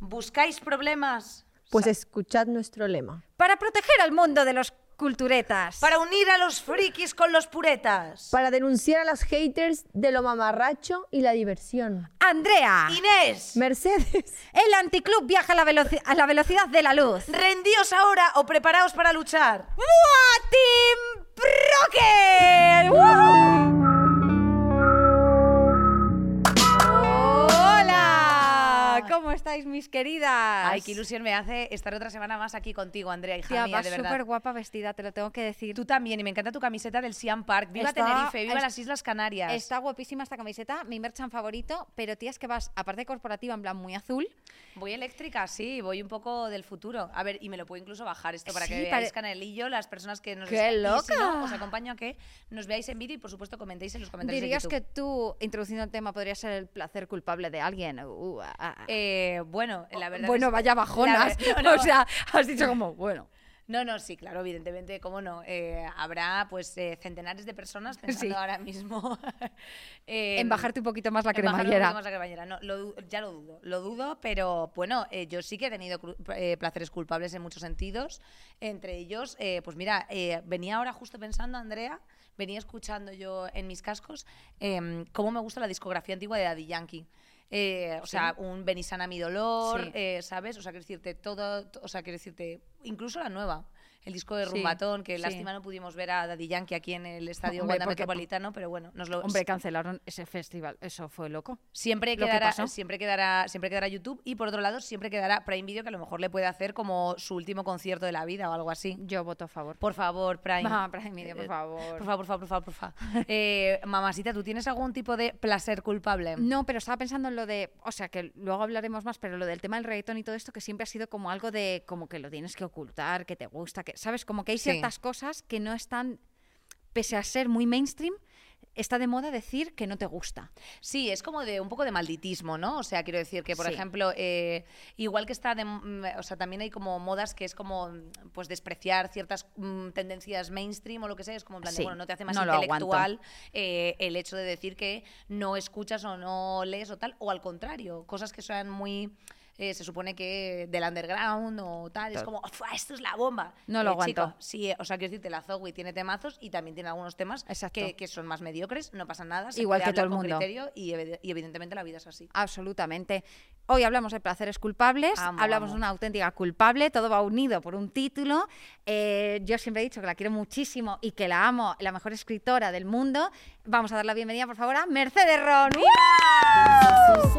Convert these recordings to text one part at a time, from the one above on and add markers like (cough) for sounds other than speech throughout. ¿Buscáis problemas? Pues escuchad nuestro lema. Para proteger al mundo de los culturetas. Para unir a los frikis con los puretas. Para denunciar a las haters de lo mamarracho y la diversión. Andrea. Inés. Mercedes. El anticlub viaja a la, veloci- a la velocidad de la luz. Rendíos ahora o preparaos para luchar. ¡Mua, Team Rocket! ¡Woo! ¡Hola! ¿Cómo estáis, mis queridas? Ay, qué ilusión me hace estar otra semana más aquí contigo, Andrea, hija Tía, mía, vas de verdad. súper guapa vestida, te lo tengo que decir. Tú también, y me encanta tu camiseta del Siam Park. Viva Está- Tenerife, viva es- las Islas Canarias. Está guapísima esta camiseta, mi merchan favorito, pero tía, es que vas, aparte de corporativa, en plan muy azul. Voy eléctrica, sí, voy un poco del futuro. A ver, y me lo puedo incluso bajar esto para Sí, que pare- veáis canelillo, las personas que nos ¡Qué escuchan. Y si loca! no, os acompaño a que nos veáis en vídeo y por supuesto comentéis en los comentarios Dirías de que YouTube. tú, introduciendo el tema, podría ser el placer culpable de alguien. Uh, ah, ah. Eh, bueno, la verdad bueno, es- vaya bajonas. la ver- (laughs) no, no. (laughs) O sea, has dicho como, bueno. No, no, sí, claro, evidentemente, cómo no. Eh, habrá pues eh, centenares de personas pensando (laughs) Sí. ahora mismo (laughs) eh, En bajarte un poquito más la Em, en bajar un cremallera. poquito más la cremallera. No, lo du- ya lo dudo, lo dudo, pero bueno, eh, yo sí que he tenido cru- eh, placeres culpables en muchos sentidos. Entre ellos, eh, pues mira, eh, venía ahora justo pensando, Andrea, venía escuchando yo en mis cascos em, cómo me gusta la discografía antigua de Daddy Yankee. Eh, o sea, un Benisana mi dolor, Sí. eh, ¿sabes? O sea, quiero decirte todo, to- o sea, quiero decirte, incluso la nueva, el disco de Sí, Rumbatón, que sí. lástima no pudimos ver a Daddy Yankee aquí en el Estadio Hombre, Wanda porque- Metropolitano, pero bueno, nos lo, Hombre, cancelaron ese festival. Eso fue loco. Siempre lo que quedará, pasó. siempre quedará, siempre quedará YouTube y por otro lado siempre quedará Prime Video que a lo mejor le puede hacer como su último concierto de la vida o algo así. Yo voto a favor. Por favor, Prime. Ah, Prime Video, por Eh, favor. Por favor, por favor, por favor, por favor. (laughs) Eh, mamacita, ¿tú tienes algún tipo de placer culpable? No, pero estaba pensando en lo de, o sea, que luego hablaremos más, pero lo del tema del reggaetón y todo esto que siempre ha sido como algo de, como que lo tienes que ocultar, que te gusta, que, ¿sabes? Como que hay Sí. ciertas cosas que no están, pese a ser muy mainstream, está de moda decir que no te gusta. Sí, es como de un poco de malditismo, ¿no? O sea, quiero decir que, por Sí. ejemplo, eh, igual que está de, mm, o sea, también hay como modas que es como, mm, pues, despreciar ciertas mm, tendencias mainstream o lo que sea, es como, en plan de, Sí, bueno, no te hace más no lo aguanto. intelectual eh, el hecho de decir que no escuchas o no lees o tal, o al contrario, cosas que sean muy... eh, se supone que del underground o tal, es Tot- como, "Fua, esto es la bomba. No lo Eh, chico, aguanto. sí, eh, o sea, quiero decirte, la Zoe tiene temazos y también tiene algunos temas Exacto. que, que son más mediocres, no pasa nada. se Igual puede que todo hablar el con mundo. criterio criterio y, evi- y evidentemente la vida es así. Absolutamente. Hoy hablamos de placeres culpables, Amo, hablamos amo. de una auténtica culpable, todo va unido por un título. Eh, yo siempre he dicho que la quiero muchísimo y que la amo, la mejor escritora del mundo. Vamos a dar la bienvenida, por favor, a Mercedes Ron. ¡Uh!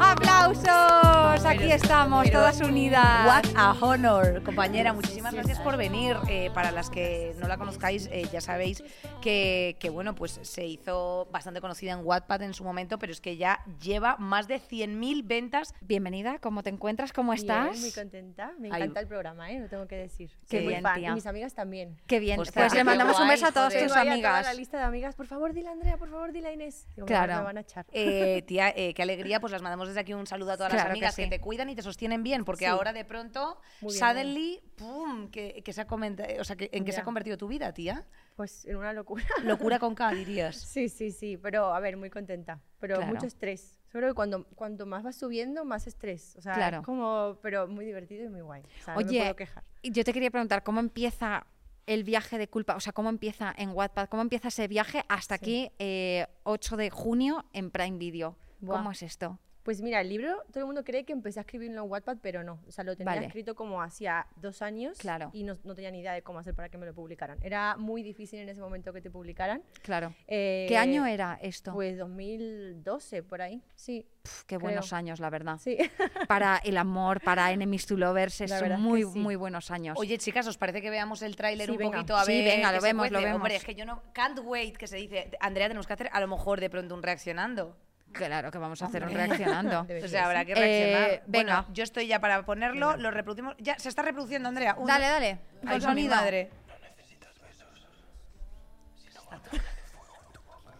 ¡Aplausos! Aquí Pero- estamos, pero- todas Ah. unidas. What a honor, compañera. Muchísimas gracias por venir. Eh, para las que no la conozcáis, eh, ya sabéis que, que, bueno, pues se hizo bastante conocida en Wattpad en su momento, pero es que ya lleva más de 100.000 ventas. Bienvenida, ¿cómo te encuentras? ¿Cómo estás? Bien, muy contenta. Me Ay. encanta el programa, ¿eh? Lo tengo que decir. Qué Soy muy bien, fan. tía. Y mis amigas también. Qué bien. Ostras, pues le qué mandamos un guay, beso a todas joder. tus Tengo ahí a toda amigas. la lista de amigas. Por favor, dile a Andrea, por favor, dile a Inés. Digo, me van- Claro. Me van a echar. (laughs) Eh, tía, eh, qué alegría, pues las mandamos desde aquí un saludo a todas las Claro que amigas que, sí. te cuidan y te sostienen bien, porque Sí. ahora de pronto, Muy bien. suddenly, pum, que, que se ha comenta- o sea, que- ¿en qué se Ya. ha convertido tu vida, tía? Pues en una locura. Locura con K, dirías. (laughs) Sí, sí, sí. Pero, a ver, muy contenta. Pero Claro. mucho estrés. Yo creo que cuando, cuanto más vas subiendo, más estrés. O sea, Claro. es como... Pero muy divertido y muy guay. O sea, no me Oye, puedo quejar. y yo te quería preguntar, ¿cómo empieza el viaje de culpa? O sea, ¿cómo empieza en Wattpad? ¿Cómo empieza ese viaje hasta aquí, eh, 8 de junio, en Prime Video? Buah. ¿Cómo es esto? Pues mira, el libro, todo el mundo cree que empecé a escribirlo en Wattpad, pero no. O sea, lo tenía Vale. escrito como hacía dos años Claro. y no, no tenía ni idea de cómo hacer para que me lo publicaran. Era muy difícil en ese momento que te publicaran. Claro. Eh, ¿Qué año era esto? Pues 2012, por ahí. Sí, Puf, qué buenos creo. años, la verdad. sí. (laughs) Para el amor, para Enemies to Lovers, es La verdad es que muy, sí. muy buenos años. Oye, chicas, ¿os parece que veamos el tráiler Sí, un venga. poquito a Sí, ver? venga, qué lo se vemos, cuece? lo Hombre, vemos. es que yo no. Can't wait, que se dice. Andrea, tenemos que hacer a lo mejor de pronto un reaccionando. claro que vamos a hacer un Hombre. (laughs) reaccionando. Debe O ser, sea, habrá que Eh, reaccionar. venga. Bueno, yo estoy ya para ponerlo, lo reproducimos. Ya, se está reproduciendo, Andrea. Un- dale, dale. Ay, Con no, mi sonido. madre.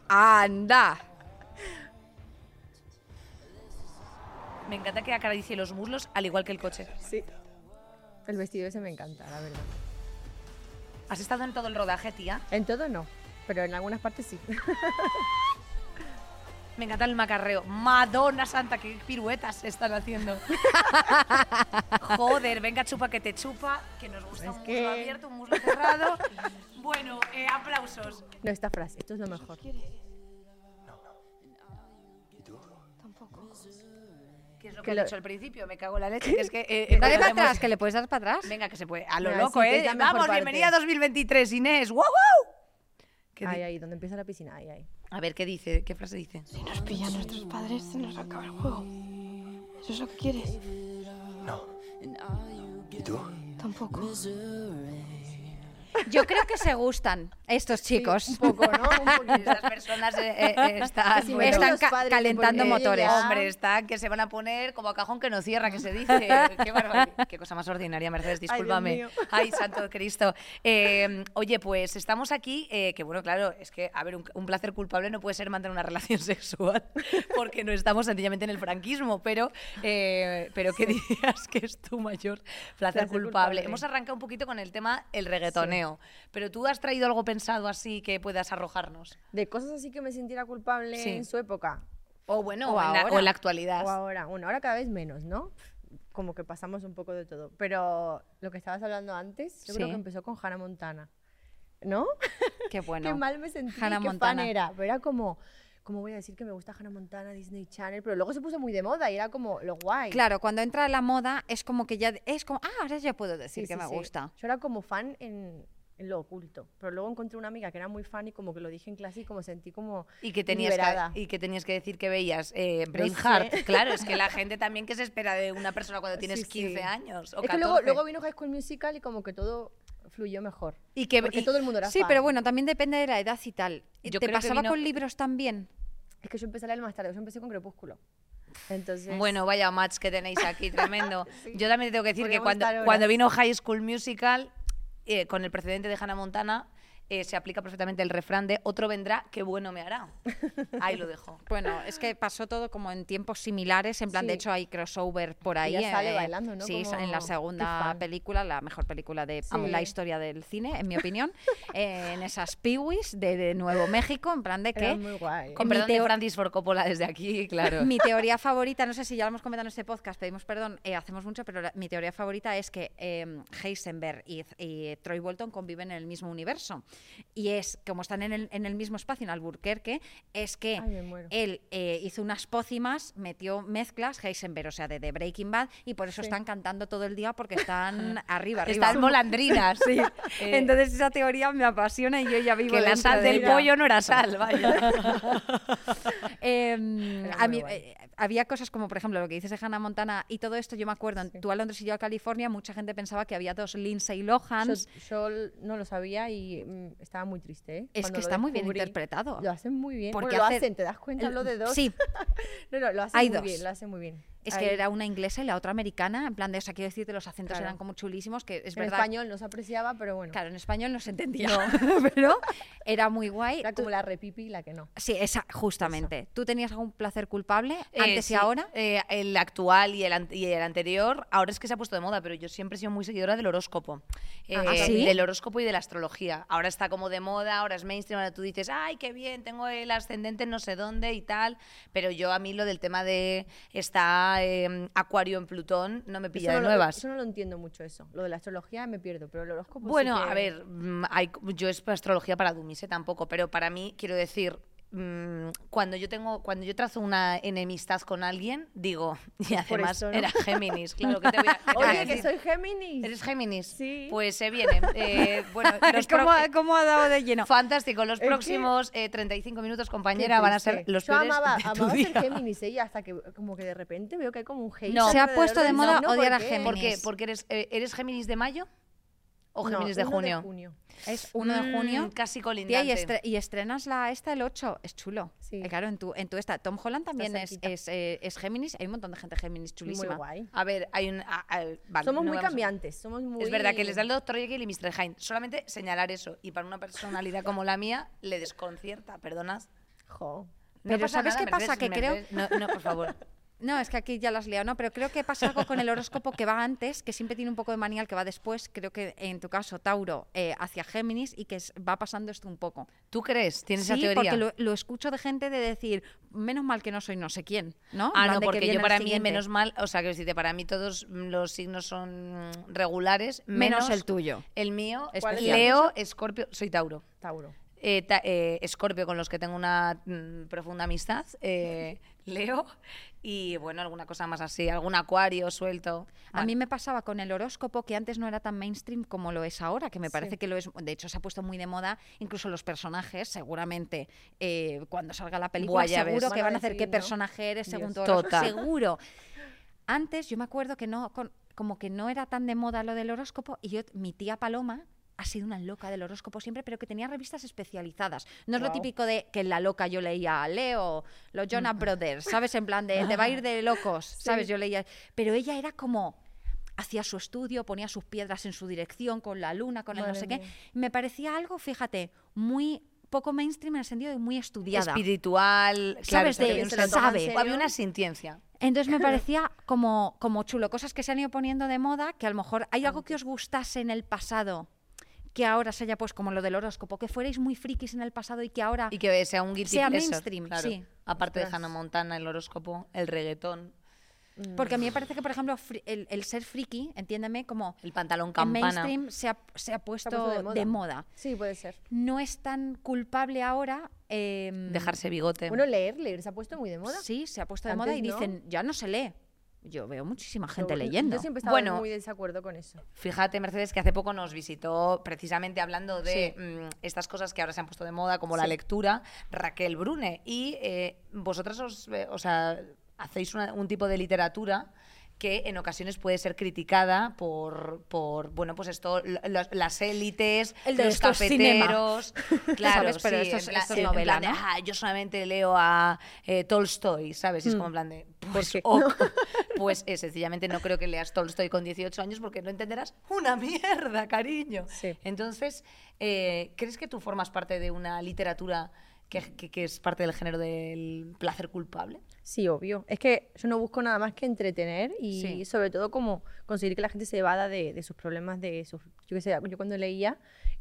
Anda. Me encanta que acaricie los muslos, al igual que el coche. sí. El vestido ese me encanta, la verdad. ¿Has estado en todo el rodaje, tía? En todo no, pero en algunas partes sí. Me encanta el macarreo. Madonna santa, qué piruetas están haciendo. Joder, venga, chupa que te chupa, que nos gusta un muslo que- abierto, un muslo cerrado. bueno, eh, aplausos. (laughs) No, esta frase, esto es lo mejor. Que es lo que, Que he lo- dicho al principio, me cago en la leche. Que es que, eh, eh, Dale para tenemos- atrás, que le puedes dar para atrás. Venga, que se puede. A lo Nah, loco, sí, que ¿eh? es la mejor Vamos, parte. bienvenida a 2023, Inés. ¡Wow, wow! ¿Qué di- Ahí, ahí, donde empieza la piscina, ahí, ahí. A ver, ¿qué dice? ¿Qué frase dice? Si nos pillan nuestros padres, se nos acaba el juego. ¿Eso es lo que quieres? ¿Y tú? Tampoco. Yo creo que se gustan estos chicos. Un poco, ¿no? Un (laughs) (laughs) poquito. Esas personas eh, eh, (laughs) eh, están, Sí, bueno, me Están Pero los ca- padres, calentando porque motores. ella- Hombre, están que se van a poner como a cajón que no cierra, que se dice. (laughs) Qué, barbaridad. Qué cosa más ordinaria, Mercedes, Dios discúlpame. Ay, mío. santo Cristo. Eh, oye, pues estamos aquí, eh, que bueno, claro, es que, a ver, un, un placer culpable no puede ser mantener una relación (laughs) sexual, porque no estamos sencillamente en el franquismo, pero, eh, pero ¿qué dirías que es tu mayor placer, Placer culpable? culpable. Hemos arrancado un poquito con el tema el reggaetoneo, pero tú has traído algo pensado así que puedas arrojarnos. De cosas así que me sintiera culpable Sí. en su época. O bueno, O o en la- ahora. o en la actualidad. O ahora, bueno, ahora cada vez menos, ¿no? Como que pasamos un poco de todo. Pero lo que estabas hablando antes, yo creo Sí. que empezó con Hannah Montana, ¿no? (laughs) Qué bueno. Qué mal me sentí, Hannah qué Montana. fan era. Pero era como, ¿cómo voy a decir que me gusta Hannah Montana, Disney Channel? Pero luego se puso muy de moda y era como lo guay. Claro, cuando entra la moda es como que ya es como, ah, ahora ya puedo Sí, decir que sí, me sí. gusta. Yo era como fan en, en lo oculto. Pero luego encontré una amiga que era muy fan y como que lo dije en clase y como sentí como Y que, tenías liberada. que, y que tenías que decir que veías eh, No Braveheart. (laughs) sé. Claro, es que la gente también que se espera de una persona cuando tienes Sí, sí. 15 años o es que luego, 14. luego vino High School Musical y como que todo fluyó mejor. y que, porque y- todo el mundo era Sí, fan. pero bueno, también depende de la edad y tal. ¿Y Yo ¿Te creo que pasaba vino- con libros también? Es que yo empecé a leer más tarde, yo empecé con Crepúsculo. Entonces, Bueno, vaya match que tenéis (laughs) aquí, tremendo. Yo también te tengo que decir que Podríamos cuando, estar horas. cuando vino High School Musical, eh, con el precedente de Hannah Montana, eh, se aplica perfectamente el refrán de otro vendrá, qué bueno me (laughs) hará. Ahí lo dejo. Pues Bueno, es que pasó todo como en tiempos similares, en plan, de Sí. hecho hay crossover por ahí. eh, ya sale bailando, ¿no? Sí, sa- en Como- la qué segunda fan. película, la mejor película de Sí. la historia del cine, en mi opinión, (laughs) eh, en esas piwis de, de Nuevo México, en plan de era que... muy guay. Con Eh, Mi perdón de teo- Francis Ford Coppola desde (laughs) aquí, (laughs) claro. Mi teoría favorita, no sé si ya lo hemos comentado en este podcast, pedimos perdón, eh, hacemos mucho, pero la- mi teoría favorita es que eh, Heisenberg y, y Troy Bolton conviven en el mismo universo. Y es, como están en el, en el mismo espacio, en Alburquerque, es que Ay, me muero. él eh, hizo unas pócimas, metió mezclas, Heisenberg, o sea, de, The Breaking Bad, y por eso Sí. están cantando todo el día porque (laughs) están arriba, arriba. Están molandrinas. (laughs) sí. Entonces esa teoría me apasiona y yo ya vivo que la dentro sal de del ella. pollo no era sal, vaya. Eh, Era a muy mí, guay. eh, había cosas como, por ejemplo, lo que dices de Hannah Montana y todo esto. Yo me acuerdo, en- Sí. tú a Londres y yo a California, mucha gente pensaba que había dos Lindsay Lohan. Yo, yo l- no lo sabía y mm, estaba muy triste. ¿eh? Es Cuando que lo está muy bien descubrí. interpretado. Lo hacen muy bien. Porque Bueno, lo hace- hacen, ¿te das cuenta? el- Lo de dos. sí. (laughs) no, no, lo hacen Hay muy dos. bien, lo hacen muy bien. Es Ahí- que era una inglesa y la otra americana, en plan de, o sea, quiero decirte, los acentos Claro. eran como chulísimos, que es en verdad. español no se apreciaba, pero bueno. Claro, en español no se entendía, (laughs) pero era muy guay. Era Tú- como la repipi y la que no. Sí, esa, justamente. ¿Tú tenías algún placer culpable Eh, antes sí, y ahora? (laughs) eh, el actual y el, an- y el anterior, ahora es que se ha puesto de moda, pero yo siempre he sido muy seguidora del horóscopo. Ah, Eh, ¿sí? Del horóscopo y de la astrología. Ahora está como de moda, ahora es mainstream, ahora tú dices, ay, qué bien, tengo el ascendente en no sé dónde y tal, pero yo a mí lo del tema de está eh, Acuario en Plutón no me pilla Eso de no lo- nuevas. Yo no lo entiendo mucho eso. Lo de la astrología me pierdo, pero el horóscopo Pues sí Bueno, que- a ver, mm, hay- yo es astrología para Dumise tampoco, pero para mí, quiero decir, mm, cuando yo tengo, cuando yo trazo una enemistad con alguien, digo, (laughs) y por además eso, ¿no? era (laughs) Géminis, claro que te voy a, te voy a (laughs) Oye, que decir. soy Géminis. ¿Eres Géminis? Sí. Pues se viene. (laughs) Eh, bueno, los pro- ¿Cómo, ha- cómo ha dado de lleno? Fantástico, los Es que- próximos eh, 35 minutos, Qué compañera, van a ser triste. los Yo peores amaba, de tu amaba (laughs) ser día. Géminis, ella, hasta que como que de repente veo que hay como un hate. No. Se ha alrededor puesto de del moda signo, odiar ¿por a qué? ¿Por Géminis. qué? ¿Porque eres, eh, eres Géminis de mayo o No, Géminis de uno junio? Es 1 de Mm, junio. casi Tía, colindante. y, estre- y estrenas la esta el 8, es chulo. Sí. Eh, claro, en tu, en tu esta. Tom Holland también es, cerquita. es, eh, es Géminis, hay un montón de gente Géminis Muy chulísima. guay. A ver, hay un. a- a- vale, somos no muy vamos a- cambiantes, somos muy... Es verdad que les da el doctor Jekyll y Mr. Hyde. Solamente señalar eso. Y para una personalidad como la mía, le desconcierta, perdonad. Jo. No Pero pasa ¿sabes nada, qué pasa? Mercedes, Que creo- Mercedes, No, no, por favor. No, es que aquí ya las liado, no, pero creo que pasa algo con el horóscopo que va antes, que siempre tiene un poco de manía el que va después. Creo que en tu caso, Tauro, eh, hacia Géminis y que es- va pasando esto un poco. ¿Tú crees? ¿Tienes sí, esa teoría? porque lo, lo escucho de gente de decir, menos mal que no soy no sé quién, ¿no? Ah, En plan no, de que porque viene yo el para mí, siguiente. menos mal, o sea, que decirte, para mí todos los signos son regulares, menos, Menos el tuyo. El mío, ¿Cuál es Leo, Escorpio, soy Tauro. Tauro. Eh, ta- eh, Escorpio, con los que tengo una mm, profunda amistad, eh, Leo, y bueno, alguna cosa más así, algún acuario suelto. A mí me pasaba con el horóscopo que antes no era tan mainstream como lo es ahora, que me parece que lo es. De hecho, se ha puesto muy de moda, incluso los personajes, seguramente, eh, cuando salga la película, Buah, ya ves. seguro Van que a van a hacer qué decidir, ¿no? personaje eres según Dios. tu horóscopo. Total. Seguro. Antes yo me acuerdo que no, con- como que no era tan de moda lo del horóscopo y yo, mi tía Paloma ha sido una loca del horóscopo siempre, pero que tenía revistas especializadas. No es lo Guau. Mm. típico de que en la loca yo leía a Leo, los Jonas Brothers, ¿sabes? En plan de te va a (laughs) ir de locos, ¿sabes? Yo leía, pero ella era como hacía su estudio, ponía sus piedras en su dirección con la luna, con el no Madre sé qué. mía. Me parecía algo, fíjate, muy poco mainstream en el sentido de muy estudiada. Espiritual, claro, Sabes esto que de- había un se lo sentido. sabe. Había una sintiencia. (laughs) Entonces me parecía como, como chulo, cosas que se han ido poniendo de moda, que a lo mejor hay algo que os gustase en el pasado, que ahora se haya pues como lo del horóscopo, que fuerais muy frikis en el pasado y que ahora... Y que sea un guilty Sea pleasure, mainstream, claro. sí. Aparte de Ostras. Hannah Montana, el horóscopo, el reggaetón, Porque a mí me parece que, por ejemplo, fri- el, el ser friki, entiéndeme, como el pantalón en campana. mainstream se ha, se ha puesto, puesto de de, moda. moda. Sí, puede ser. No es tan culpable ahora... em, Dejarse bigote. Bueno, leer, leer se ha puesto muy de moda. Sí, se ha puesto de Antes moda y no. dicen, ya no se lee. Yo veo muchísima gente Yo- leyendo. Yo siempre estaba Bueno. muy en desacuerdo con eso. Fíjate, Mercedes, que hace poco nos visitó precisamente hablando de mm, estas cosas que ahora se han puesto de moda, como la lectura, Raquel Brune. Y eh, vosotras os, eh, o sea, hacéis una- un tipo de literatura que en ocasiones puede ser criticada por, por bueno, pues esto, lo- lo- las élites, El de los esto es cinema. cafeteros, claro, (laughs) ¿Sabes? Pero sí, esto es- en plan- esto es en plan novela, de, ¿no? "Ah, yo solamente leo a eh, Tolstoy, ¿sabes? Y Mm. es como en plan de, pues, ok. (laughs) pues eh, sencillamente no creo que leas Tolstoy con 18 años porque no entenderás una mierda, cariño. Sí. Entonces, eh, ¿crees que tú formas parte de una literatura que, que- que es parte del género del placer culpable? Sí, obvio. Es que yo no busco nada más que entretener y Sí. sobre todo como conseguir que la gente se evada de, de sus problemas, de sus... Yo qué sé, yo cuando leía,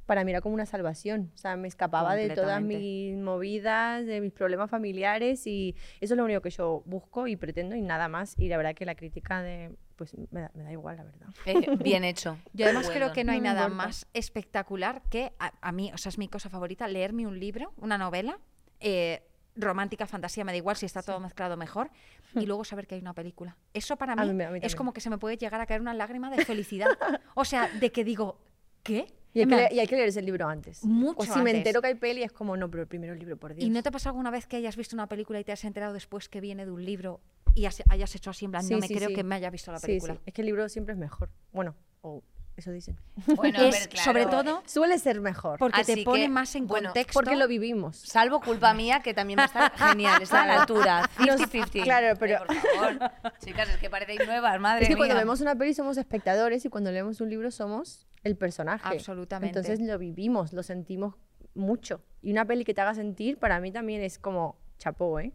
para mí era como una salvación. O sea, me escapaba de todas Completamente. mis movidas, de mis problemas familiares y eso es lo único que yo busco y pretendo y nada más. Y la verdad que la crítica de... Pues me da, me da igual, la verdad. Eh, bien hecho. Yo además Bueno. creo que no hay No me nada importa. más espectacular que a, a mí, o sea, es mi cosa favorita, leerme un libro, una novela, eh, romántica, fantasía, me da igual si está todo mezclado mejor, y luego saber que hay una película. Eso para mí, Hmm. A mí- a mí es también. como que se me puede llegar a caer una lágrima de (laughs) felicidad. o sea, de que digo, ¿qué? Y hay, En que, plan, leer- y hay que leerse el libro antes. Mucho o si me antes. entero que hay peli, es como, no, pero primero el libro, por Dios. ¿Y no te ha pasado alguna vez que hayas visto una película y te has enterado después que viene de un libro y has- hayas hecho así en plan, Sí, no me sí, creo sí. que me haya visto la Sí, sí. película? Es que el libro siempre es mejor. Bueno, o eso dicen. Bueno, a Es, ver, claro, sobre todo Suele ser mejor. porque Así te pone que, más en bueno, contexto. Porque lo vivimos. Salvo culpa mía, que también va a estar genial, está a la altura. 50-50. claro, pero- Eh, por favor, chicas, es que parecéis nuevas, madre Es que mía. cuando vemos una peli somos espectadores y cuando leemos un libro somos el personaje. Absolutamente. Entonces lo vivimos, lo sentimos mucho. Y una peli que te haga sentir, para mí también es como chapó, ¿eh?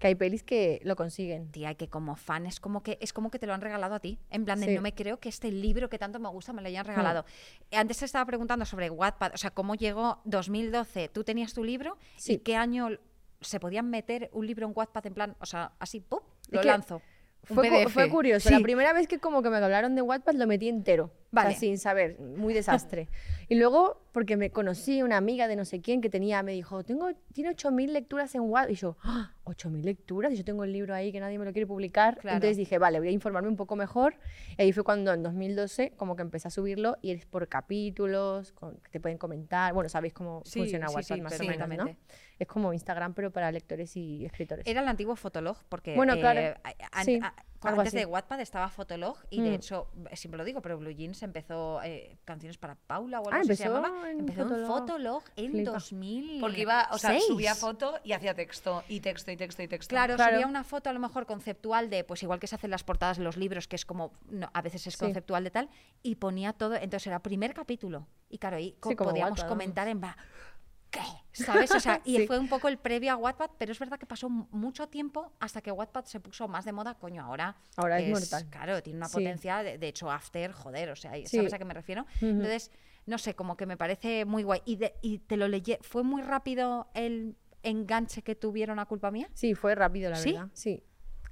Que hay pelis que lo consiguen. Tía, que como fan es como que es como que te lo han regalado a ti. En plan de Sí. Mm. no me creo que este libro que tanto me gusta me lo hayan regalado. Antes te estaba preguntando sobre Wattpad, o sea, cómo llegó 2012. ¿Tú tenías tu libro? ¿Y Sí. qué año l- se podían meter un libro en Wattpad en plan, o sea, así, ¡pum! Lo Es que- lanzo. Un Fue, cu- PDF. fue curioso. La Sí. primera vez que como que me hablaron de Wattpad lo metí entero. Vale. O sea, sin saber. Muy (laughs) desastre. y luego, porque me conocí una amiga de no sé quién que tenía, me dijo, tengo, tiene 8.000 lecturas en Wattpad. Y yo, "Ah, ¿8.000 lecturas? Y yo tengo el libro ahí que nadie me lo quiere publicar. Claro. Entonces dije, vale, voy a informarme un poco mejor. Y ahí fue cuando en 2012 como que empecé a subirlo y es por capítulos, con- que te pueden comentar. Bueno, sabéis cómo Sí, funciona sí, Wattpad sí, más o menos, ¿no? perfectamente. Es como Instagram, pero para lectores y escritores. Era el antiguo Fotolog, porque Bueno, eh, claro. a- a- Sí, a- algo antes así. de Wattpad estaba Fotolog y de Mm. hecho, eh, siempre lo digo, pero Blue Jeans empezó eh, canciones para Paula o algo Ah, así se empezó llamaba. en empezó en Fotolog. Fotolog en Flipa. 2000. Porque iba, o sea, subía foto y hacía texto, y texto, y texto, y texto. Claro, Claro. subía una foto a lo mejor conceptual de, pues igual que se hacen las portadas de los libros, que es como, no, a veces es Sí. conceptual de tal, y ponía todo, entonces era primer capítulo. Y claro, ahí co- como podíamos Wattpad, vamos. comentar en va, ¿qué? ¿Sabes? O (laughs) sea, y Sí. fue un poco el previo a Wattpad, pero es verdad que pasó mu- mucho tiempo hasta que Wattpad se puso más de moda. Coño, ahora. Ahora es mortal. Claro, tiene una Sí. potencia, de, de hecho, after, joder, o sea, Sí. ¿sabes a qué me refiero? Ujú. Entonces, no sé, como que me parece muy guay. Y, de- y te lo leí, ¿fue muy rápido el enganche que tuvieron a culpa mía? Sí, fue rápido, la ¿Sí? verdad. Sí.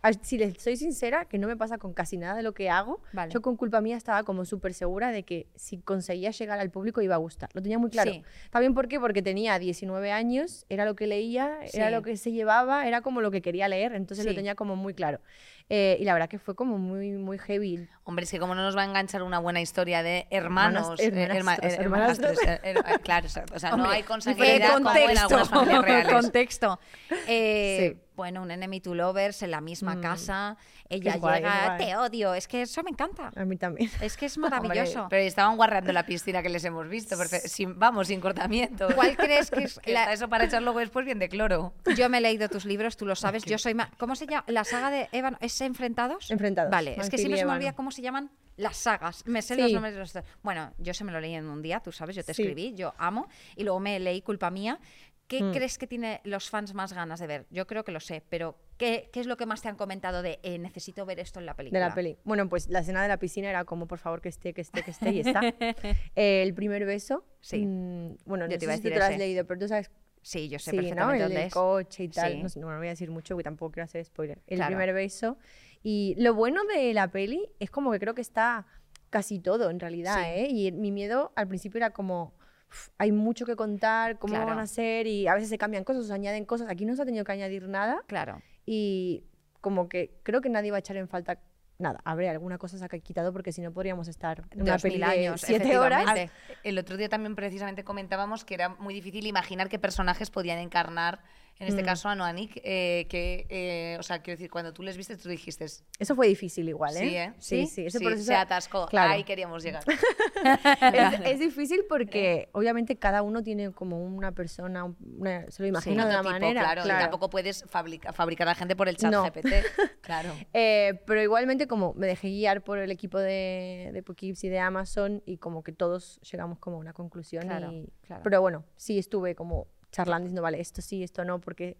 Ah, Si les soy sincera, que no me pasa con casi nada de lo que hago, Vale. yo con culpa mía estaba como súper segura de que si conseguía llegar al público iba a gustar. Lo tenía muy claro. Sí. También por qué? porque tenía 19 años, era lo que leía, era Sí. lo que se llevaba, era como lo que quería leer, entonces lo Sí. tenía como muy claro. Eh, y la verdad que fue como muy, muy heavy. Hombre, es que como no nos va a enganchar una buena historia de hermanos, Hermanas- eh, hermanastros, eh, hermanastros. hermanastros, eh, eh, claro, exacto. o sea, no Hombre, hay consanguinidad como en algunas familias (laughs) reales. contexto. Eh, Sí. Bueno, un enemy to lovers en la misma casa. Ella Es guay, es llega, guay. te odio. Es que eso me encanta. A mí (laughs) también. (laughs) Es que es Hombre, maravilloso. pero estaban guardando la piscina que les hemos visto, perfe- sin, vamos, sin cortamiento. ¿Cuál (laughs) crees que es Que la- está eso para echar luego después bien de cloro. Yo me he leído tus libros, tú lo sabes. Yo soy ma- ¿Cómo se llama? ¿La saga de Evan ¿Es Enfrentados? Enfrentados. Vale, es que Manfred siempre y se me Evan. olvida cómo se llaman las sagas. Me sé los Sí. nombres de los. Bueno, yo se me lo leí en un día, tú sabes, yo te Sí. escribí, yo amo. Y luego me leí Culpa Mía. ¿Qué Mm. crees que tiene los fans más ganas de ver? Yo creo que lo sé, pero ¿qué, qué es lo que más te han comentado de eh, necesito ver esto en la película? De la peli. Bueno, pues la escena de la piscina era como, por favor, que esté, que esté, que esté, y (laughs) está. Eh, el primer beso. Sí. mm, bueno, no Yo te sé iba a si tú decir te lo has ese. leído, pero tú sabes. Sí, yo sé Sí, ¿no? perfectamente El, dónde del es. coche y tal. Sí. No, sé, no, no voy a decir mucho porque tampoco quiero hacer spoiler. El Claro. primer beso. Y lo bueno de la peli es como que creo que está casi todo en realidad, Sí. ¿eh? Y mi miedo al principio era como. "Uf, Hay mucho que contar, cómo Claro. van a ser, y a veces se cambian cosas, o se añaden cosas. Aquí no se ha tenido que añadir nada Claro. y como que creo que nadie va a echar en falta nada. Habrá alguna cosa se ha quitado porque si no podríamos estar en una 2000 peli años, de siete horas. Ah, efectivamente. Al- El otro día también precisamente comentábamos que era muy difícil imaginar qué personajes podían encarnar, en este Mm. caso a Noanik, eh, que, eh, o sea, quiero decir, cuando tú les viste, tú dijiste, "Sí, Eso fue difícil igual, ¿eh? sí, ¿eh? Sí, sí, ese proceso- se atascó, Claro. ahí queríamos llegar. es, es difícil Eh. porque obviamente cada uno tiene como una persona, un- una- se lo imagina de Otro una tipo, manera. claro, y claro. tampoco puedes fabrica- fabricar a gente por el chat No. (laughs) GPT, claro. Eh, pero igualmente como me dejé guiar por el equipo de, de Pukips y de Amazon y como que todos llegamos como a una conclusión. Claro, y- claro. Pero bueno, sí estuve como charlando diciendo, vale, esto sí, esto no, porque...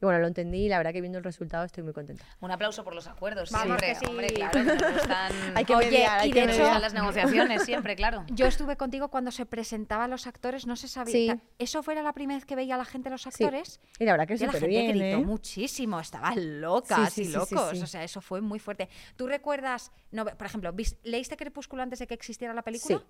Y bueno, lo entendí y la verdad que viendo el resultado estoy muy contenta. Un aplauso por los acuerdos, Vamos siempre, que sí. hombre, claro, nos gustan, (laughs) Hay que Oye, mediar, hay y que de nos gustan mediar. las negociaciones, siempre, claro. Yo estuve contigo cuando se presentaban los actores, no se sabía. Sí. ta- ¿Eso fuera la primera vez que veía a la gente los Sí. actores? Y la verdad que Yo la gente súper bien, gritó ¿eh? muchísimo, estaban locas Sí, sí, y sí, sí, locos. sí. O sea, eso fue muy fuerte. ¿Tú recuerdas, no, por ejemplo, vis- ¿leíste Crepúsculo antes de que existiera la película? Sí.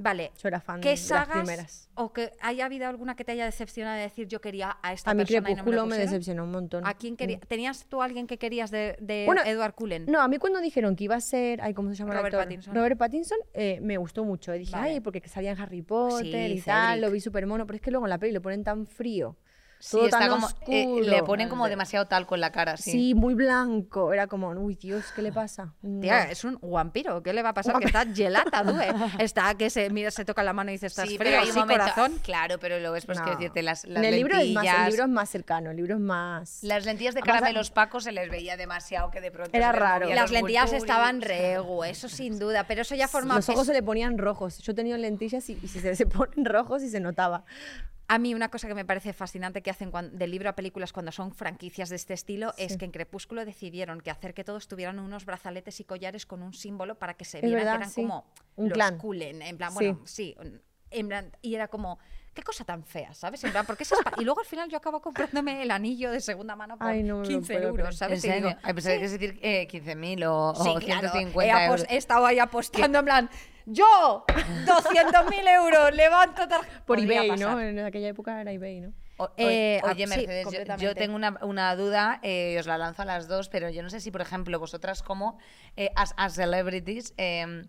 Vale. Yo era fan de ¿Qué las sagas primeras. o que haya habido alguna que te haya decepcionado de decir yo quería a esta A mí persona y no me, Crepúsculo lo me pusieron"? decepcionó un montón. ¿A quién quería- ¿Tenías tú a alguien que querías de, Eh, de Bueno, Edward Cullen? No, a mí cuando dijeron que iba a ser, ay, ¿cómo se llama el Robert actor? Pattinson. Robert Pattinson, eh, me gustó mucho. Y dije, Vale. ay, porque salía en Harry Potter y Cedric. tal, lo vi súper mono, pero es que luego en la peli lo ponen tan frío, todo está tan como, eh, oscuro. le ponen No como sé. demasiado talco en la cara, sí. sí. muy blanco. Era como, uy, Dios, ¿qué le pasa? No. Tía, es un vampiro. ¿Qué le va a pasar? Que está gelata, tú, (laughs) eh. Está que se, mira, se toca la mano y dice, estás Sí, frío, hay un sí, momento- corazón. Claro, pero lo ves, pues No. quiero decirte, las, las En el libro, es lentillas... más, el libro es más cercano, el libro es más... Las lentillas de Además, caramelo opaco se les veía demasiado que de pronto... Era se les raro. movía Y Las los lentillas vulturis. estaban regu, eso sin duda, pero eso ya forma... Los ojos es- se le ponían rojos. Yo tenía lentillas y, y se, se ponen rojos y se notaba. A mí una cosa que me parece fascinante que hacen cuan- de libro a películas cuando son franquicias de este estilo es Sí. que en Crepúsculo decidieron que hacer que todos tuvieran unos brazaletes y collares con un símbolo para que se Es viera verdad, que eran sí. como Un los clan. Cullen, en plan, Sí. bueno, sí, un- en plan, y era como qué cosa tan fea, ¿sabes? En plan, porque esas pa- y luego al final yo acabo comprándome el anillo de segunda mano por Ay, no me lo 15 puedo euros, creer. ¿En ¿sabes? Y serio? digo, Ay, pensaba que ibas a decir eh, 15.000 o, Sí, o 150 claro, he, apos- euros. he estado ahí apostando en plan, (laughs) yo, 200.000 euros, levanto tal. Por Podría eBay, pasar. ¿no? En aquella época era eBay, ¿no? O- o- Eh, ah, oye, sí, Mercedes, yo- yo, completamente. tengo una, una duda, eh, os la lanzo a las dos, pero yo no sé si, por ejemplo, vosotras como eh, as, as celebrities eh,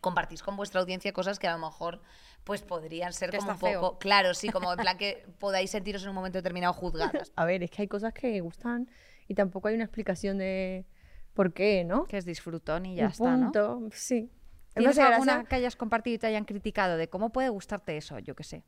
compartís con vuestra audiencia cosas que a lo mejor pues podrían ser Que como un está feo. poco, claro, (laughs) sí, como en plan que podáis sentiros en un momento determinado juzgadas. A ver, es que hay cosas que gustan y tampoco hay una explicación de por qué, ¿no? Que es disfrutón y Un ya está, ¿no? punto, sí. Me ¿Tienes hace alguna gracia- que hayas compartido y te hayan criticado de cómo puede gustarte eso? Yo qué sé.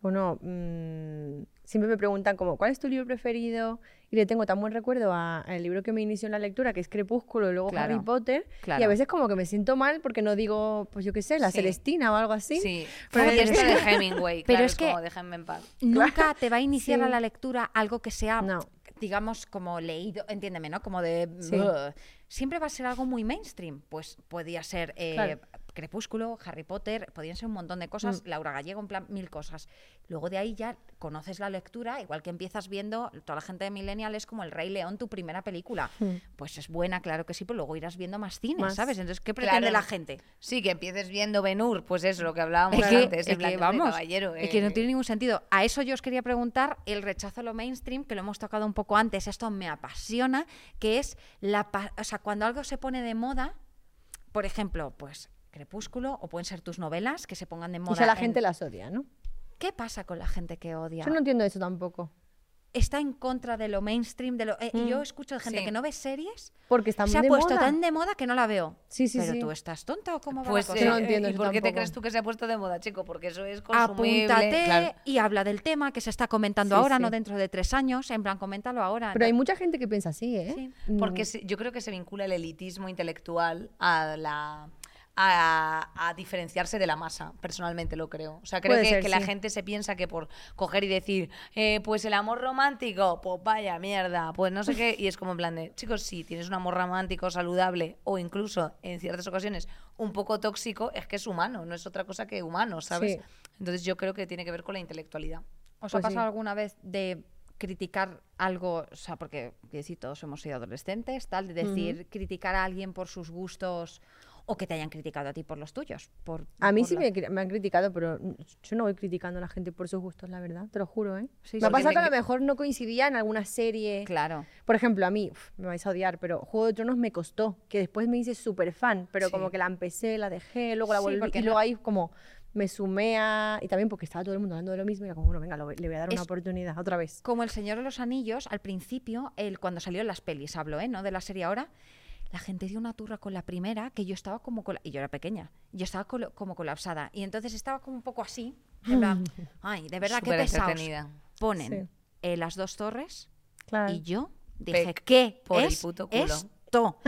Bueno, mm, siempre me preguntan como, ¿cuál es tu libro preferido? Y le tengo tan buen recuerdo a- al libro que me inició en la lectura, que es Crepúsculo, y luego Claro, Harry Potter. Y claro. a veces como que me siento mal porque no digo, pues yo qué sé, la Sí. Celestina o algo así. Sí. Pero Pero es esto de Hemingway, (laughs) Pero claro, es es que- como déjenme en paz. Nunca te va a iniciar a Sí. la lectura algo que sea, No. digamos, como leído, entiéndeme, ¿no? Como de... Sí. "Ugh". Siempre va a ser algo muy mainstream. Pues podía ser eh, Claro. Mm. Crepúsculo, Harry Potter, podían ser un montón de cosas, Laura Gallego, en plan, mil cosas. Luego de ahí ya conoces la lectura, igual que empiezas viendo, toda la gente de Millennial es como El Rey León, tu primera película. Pues es buena, claro que sí, pero luego irás viendo más cine, Mm. Más. ¿sabes? Entonces, ¿qué pretende Claro. la gente? Sí, que empieces viendo Benur, pues eso, lo que hablábamos Es que, antes. es en plan, que, hombre, vamos, caballero, es que no eh, tiene ningún sentido. A eso yo os quería preguntar el rechazo a lo mainstream, que lo hemos tocado un poco antes, esto me apasiona, que es la, pa- o sea, cuando algo se pone de moda, por ejemplo, pues Crepúsculo o pueden ser tus novelas que se pongan de Y moda. ya la en- gente las odia, ¿no? ¿Qué pasa con la gente que odia? Yo no entiendo eso tampoco. Está en contra de lo mainstream, de lo eh, y yo escucho de gente Sí. que no ve series, Porque Mm. están se ha de puesto moda. tan de moda que no la veo. Sí, sí, Pero sí. tú estás tonta o cómo va Pues la eh, cosa? Yo no entiendo ¿Y eso por qué te tampoco. crees tú que se ha puesto de moda, chico? Porque eso es consumible. apúntate Claro. y habla del tema que se está comentando Sí, ahora, sí. no dentro de tres años, en plan, coméntalo ahora. Pero hay ¿no? mucha gente que piensa así, ¿eh? Sí. Porque se- yo creo que se vincula el elitismo intelectual a la a, a diferenciarse de la masa, personalmente lo creo. O sea, creo Puede que, ser, que la sí. gente se piensa que por coger y decir, eh, pues el amor romántico, pues vaya mierda, pues no sé qué, y es como en plan de, chicos, si tienes un amor romántico saludable o incluso en ciertas ocasiones un poco tóxico, es que es humano, no es otra cosa que humano, ¿sabes? Sí. Entonces yo creo que tiene que ver con la intelectualidad. ¿Os ha Pues sí. pasado alguna vez de criticar algo, o sea, porque quiero decir, todos hemos sido adolescentes, tal, de decir, criticar a alguien por sus gustos o que te hayan criticado a ti por los tuyos? Por, A mí por sí la- me, cri- me han criticado, pero n- yo no voy criticando a la gente por sus gustos, la verdad, te lo juro, ¿eh? Sí, me ha sí. pasado Porque que a te lo mejor no coincidía en alguna serie. Claro. Por ejemplo, a mí, uf, me vais a odiar, pero Juego de Tronos me costó, que después me hice súper fan, pero Sí. como que la empecé, la dejé, luego la Sí, volví, porque y no- luego ahí como me sumé a... Y también porque estaba todo el mundo hablando de lo mismo, y era como, bueno, venga, lo voy- le voy a dar Es- una oportunidad otra vez. Como El Señor de los Anillos, al principio, el, cuando salió en las pelis, hablo, ¿eh? ¿no? De la serie ahora, la gente dio una turra con la primera que yo estaba como... cola- y yo era pequeña. Yo estaba colo- como colapsada. Y entonces estaba como un poco así. en (laughs) plan, Ay, de verdad, qué Súper pesados. entretenida. (laughs) Ponen Sí. eh, las dos torres Claro. y yo dije, Pec, ¿qué Ah. por el es puto culo". esto?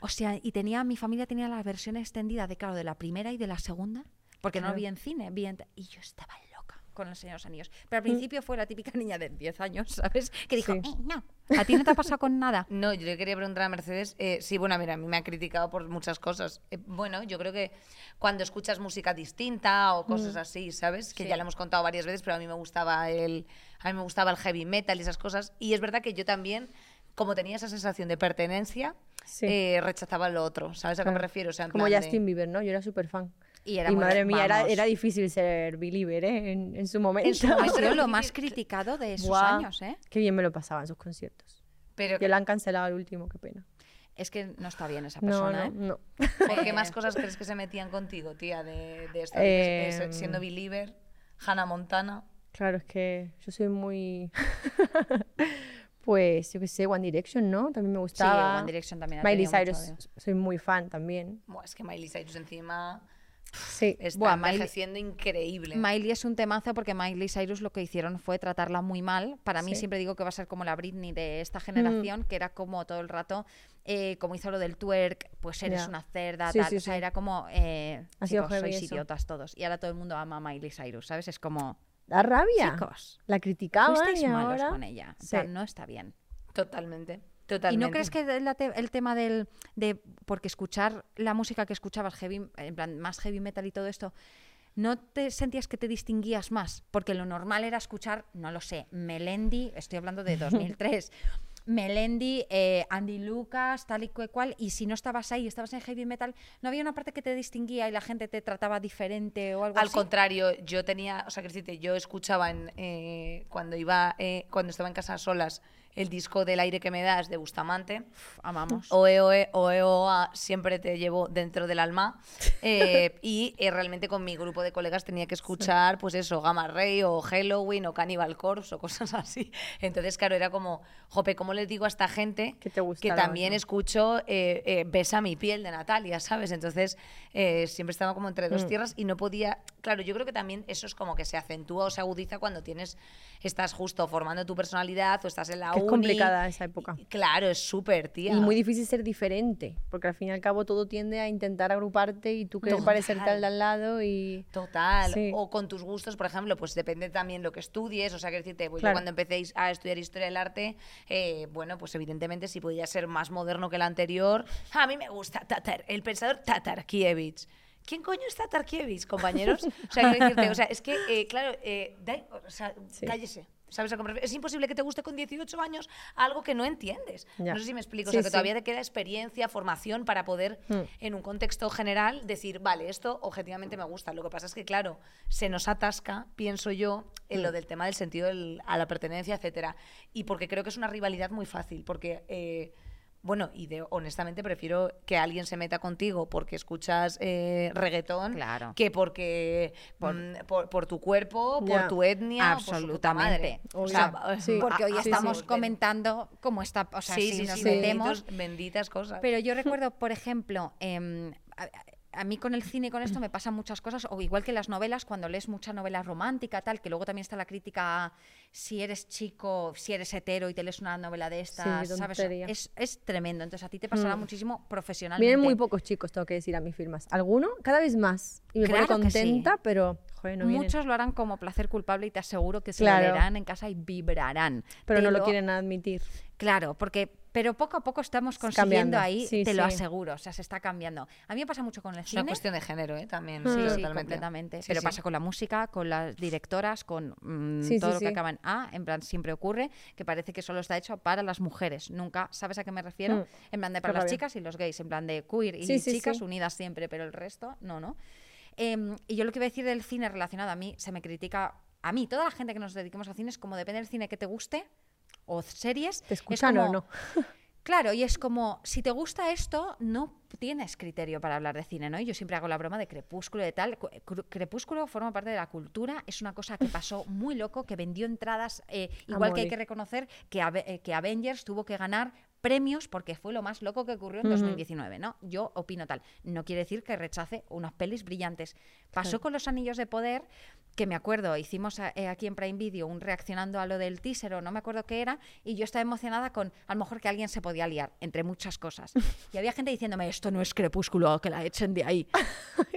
o sea, y tenía, mi familia tenía la versión extendida de, claro, de la primera y de la segunda, porque no Claro. lo vi en cine, vi en- y yo estaba loca con el Señor de los Anillos. Pero al principio fue la típica niña de 10 años, ¿sabes? Que dijo, Sí. "Eh, no, a ti (laughs) no te ha pasado con nada. No, yo le quería preguntar a Mercedes. eh, sí, bueno, mira, a mí me ha criticado por muchas cosas. Eh, bueno, yo creo que cuando escuchas música distinta o Mm. cosas así, ¿sabes? Que ya lo hemos contado varias veces, pero a mí me gustaba el, a mí me gustaba el heavy metal y esas cosas. Y es verdad que yo también, como tenía esa sensación de pertenencia, Sí. eh, rechazaba lo otro. ¿Sabes a qué me Claro. refiero? O sea, en Como plan de- Justin Bieber, ¿no? Yo era súper fan. Y era y muy- madre mía, era, vamos. era difícil ser believer, ¿eh? En, en su momento. En su Ha momento. sido lo más criticado de esos Guau. años, ¿eh? (laughs) Qué bien me lo pasaban sus conciertos. Pero Ya lo han cancelado al último, qué pena. Es que no está bien esa No, persona, no, ¿eh? no. (laughs) ¿por qué (laughs) más cosas crees que se metían contigo, tía? De, de esto, de- de- Em. siendo believer, Hannah Montana. Claro, es que yo soy muy... (laughs) pues, yo qué sé, One Direction, ¿no? También me Sí, gustaba. One Direction también ha Miley tenido mucho Cyrus, odio. soy muy fan también. Buah, es que Miley Cyrus encima... Sí. Está Buah, Miley- envejeciendo increíble. Miley es un temazo porque Miley Cyrus lo que hicieron fue tratarla muy mal. Para mí Sí. Mm. siempre digo que va a ser como la Britney de esta generación, que era como todo el rato, eh, como hizo lo del twerk, pues eres Ya. una cerda, Sí, tal. sí, o sea, sí. era como, eh, Ha sido chicos, heavy sois eso. idiotas todos. Y ahora todo el mundo ama a Miley Cyrus, ¿sabes? Es como, Da rabia. chicos, La criticaban fuisteis y malos ahora... con ella. O Sí. sea, no está bien. Totalmente. Totalmente. ¿Y no crees que la te- el tema del de porque escuchar la música que escuchabas heavy, en plan más heavy metal y todo esto, no te sentías que te distinguías más, porque lo normal era escuchar, no lo sé, Melendi, estoy hablando de 2003. (laughs) Melendi, eh, Andy Lucas, tal y que cual, y si no estabas ahí, estabas en heavy metal, no había una parte que te distinguía y la gente te trataba diferente o algo Al así. contrario, yo tenía, o sea, que decirte, yo escuchaba en, eh, cuando iba, eh, cuando estaba en casa a solas, el disco del aire que me das de Bustamante. Uf, amamos. Oe, oe, oe, oa, siempre te llevo dentro del (laughs) alma. Eh, y eh, realmente con mi grupo de colegas tenía que escuchar, pues eso, Gamma Ray o Halloween o Cannibal Corpse o cosas (laughs) así. Entonces, claro, era como, jope, ¿cómo les digo a esta gente Que te gusta la también banda? escucho eh, eh, Besa mi piel de Natalia, ¿sabes? Entonces, eh, siempre estaba como entre Mm. dos tierras y no podía. Claro, yo creo que también eso es como que se acentúa o se agudiza cuando tienes, estás justo formando tu personalidad o estás en la Que es uni. complicada esa época. Y- Claro, es súper, tía. Y muy difícil ser diferente, porque al fin y al cabo todo tiende a intentar agruparte y tú querer Total. parecerte al de al lado y... Total. Sí. O con tus gustos, por ejemplo, pues depende también lo que estudies. O sea, que decirte, pues, yo Claro. cuando empecéis a estudiar historia del arte, eh, bueno, pues evidentemente si podía ser más moderno que el anterior. A mí me gusta Tatar, el pensador Tatarkiewicz. ¿Quién coño es Tatarkiewicz, (laughs) compañeros? O sea, quiero decirte, o sea, es que, eh, claro, eh, da- o sea, cállese. ¿Sabes? a comprar- Es imposible que te guste con 18 años algo que no entiendes. Ya. No sé si me explico. Sí, o sea, que sí. todavía te queda experiencia, formación para poder, Mm. en un contexto general, decir, vale, esto objetivamente me gusta. Lo que pasa es que, claro, se nos atasca, pienso yo, en lo del tema del sentido del- a la pertenencia, etcétera. Y porque creo que es una rivalidad muy fácil, porque. eh, bueno, y de- honestamente prefiero que alguien se meta contigo porque escuchas eh, reggaetón Claro. que porque mm, por, por tu cuerpo, por Ya. tu etnia, o por pues, su puta madre. Absolutamente. ah, O sea, Obvio. Sí. Porque hoy Sí, sí. estamos Ven- comentando cómo está, o sea, sí, si sí, nos sí, metemos, benditos- benditas Ah. cosas. Pero yo recuerdo, por ejemplo, em, a, a mí con el cine y con esto me pasan muchas cosas, o igual que las novelas, cuando lees mucha novela romántica, tal, que luego también está la crítica a si eres chico, si eres hetero y te lees una novela de estas, qué ¿sabes? tontería. Es, es tremendo. Entonces a ti te pasará Mm. muchísimo profesionalmente. Vienen muy pocos chicos, tengo que decir, a mis firmas. Algunos, cada vez más. Y me pone Claro que sí. contenta, pero... Joder, no vienen. Muchos lo harán como placer culpable y te aseguro que se Claro. lo leerán en casa y vibrarán. Pero Te no lo quieren admitir. Claro, porque pero poco a poco estamos Está cambiando, consiguiendo ahí, sí, te lo sí. aseguro, o sea, se está cambiando. A mí me pasa mucho con el es una cine. cuestión de género, ¿eh? También, Ah. Sí, sí, totalmente. completamente. Sí, pero sí. pasa con la música, con las directoras, con mm, Sí, todo sí, lo que sí. acaba en A. En plan, siempre ocurre que parece que solo está hecho para las mujeres. Nunca, ¿sabes a qué me refiero? Mm. En plan de para Qué las rabia. chicas y los gays. En plan de queer y Sí, sí, chicas sí. unidas siempre, pero el resto, no, no. Em, y yo lo que voy a decir del cine relacionado a mí, se me critica a mí, toda la gente que nos dediquemos al cine, es como depende del cine que te guste o series. ¿Te es escuchan como- o no? Claro, y es como, si te gusta esto, no tienes criterio para hablar de cine, ¿no? Y yo siempre hago la broma de Crepúsculo y de tal. Cu- Cru- Crepúsculo forma parte de la cultura, es una cosa que pasó muy loco, que vendió entradas, eh, A igual que hay morir. que reconocer que, Ave- eh, que Avengers tuvo que ganar premios porque fue lo más loco que ocurrió en 2019, ¿no? Yo opino tal. No quiere decir que rechace unas pelis brillantes. Pasó con Los Anillos de Poder, que me acuerdo, hicimos a- eh, aquí en Prime Video un reaccionando a lo del teaser o no me acuerdo qué era, y yo estaba emocionada con a lo mejor que alguien se podía liar, entre muchas cosas. Y había gente diciéndome, esto no es crepúsculo, que la echen de (laughs) ahí.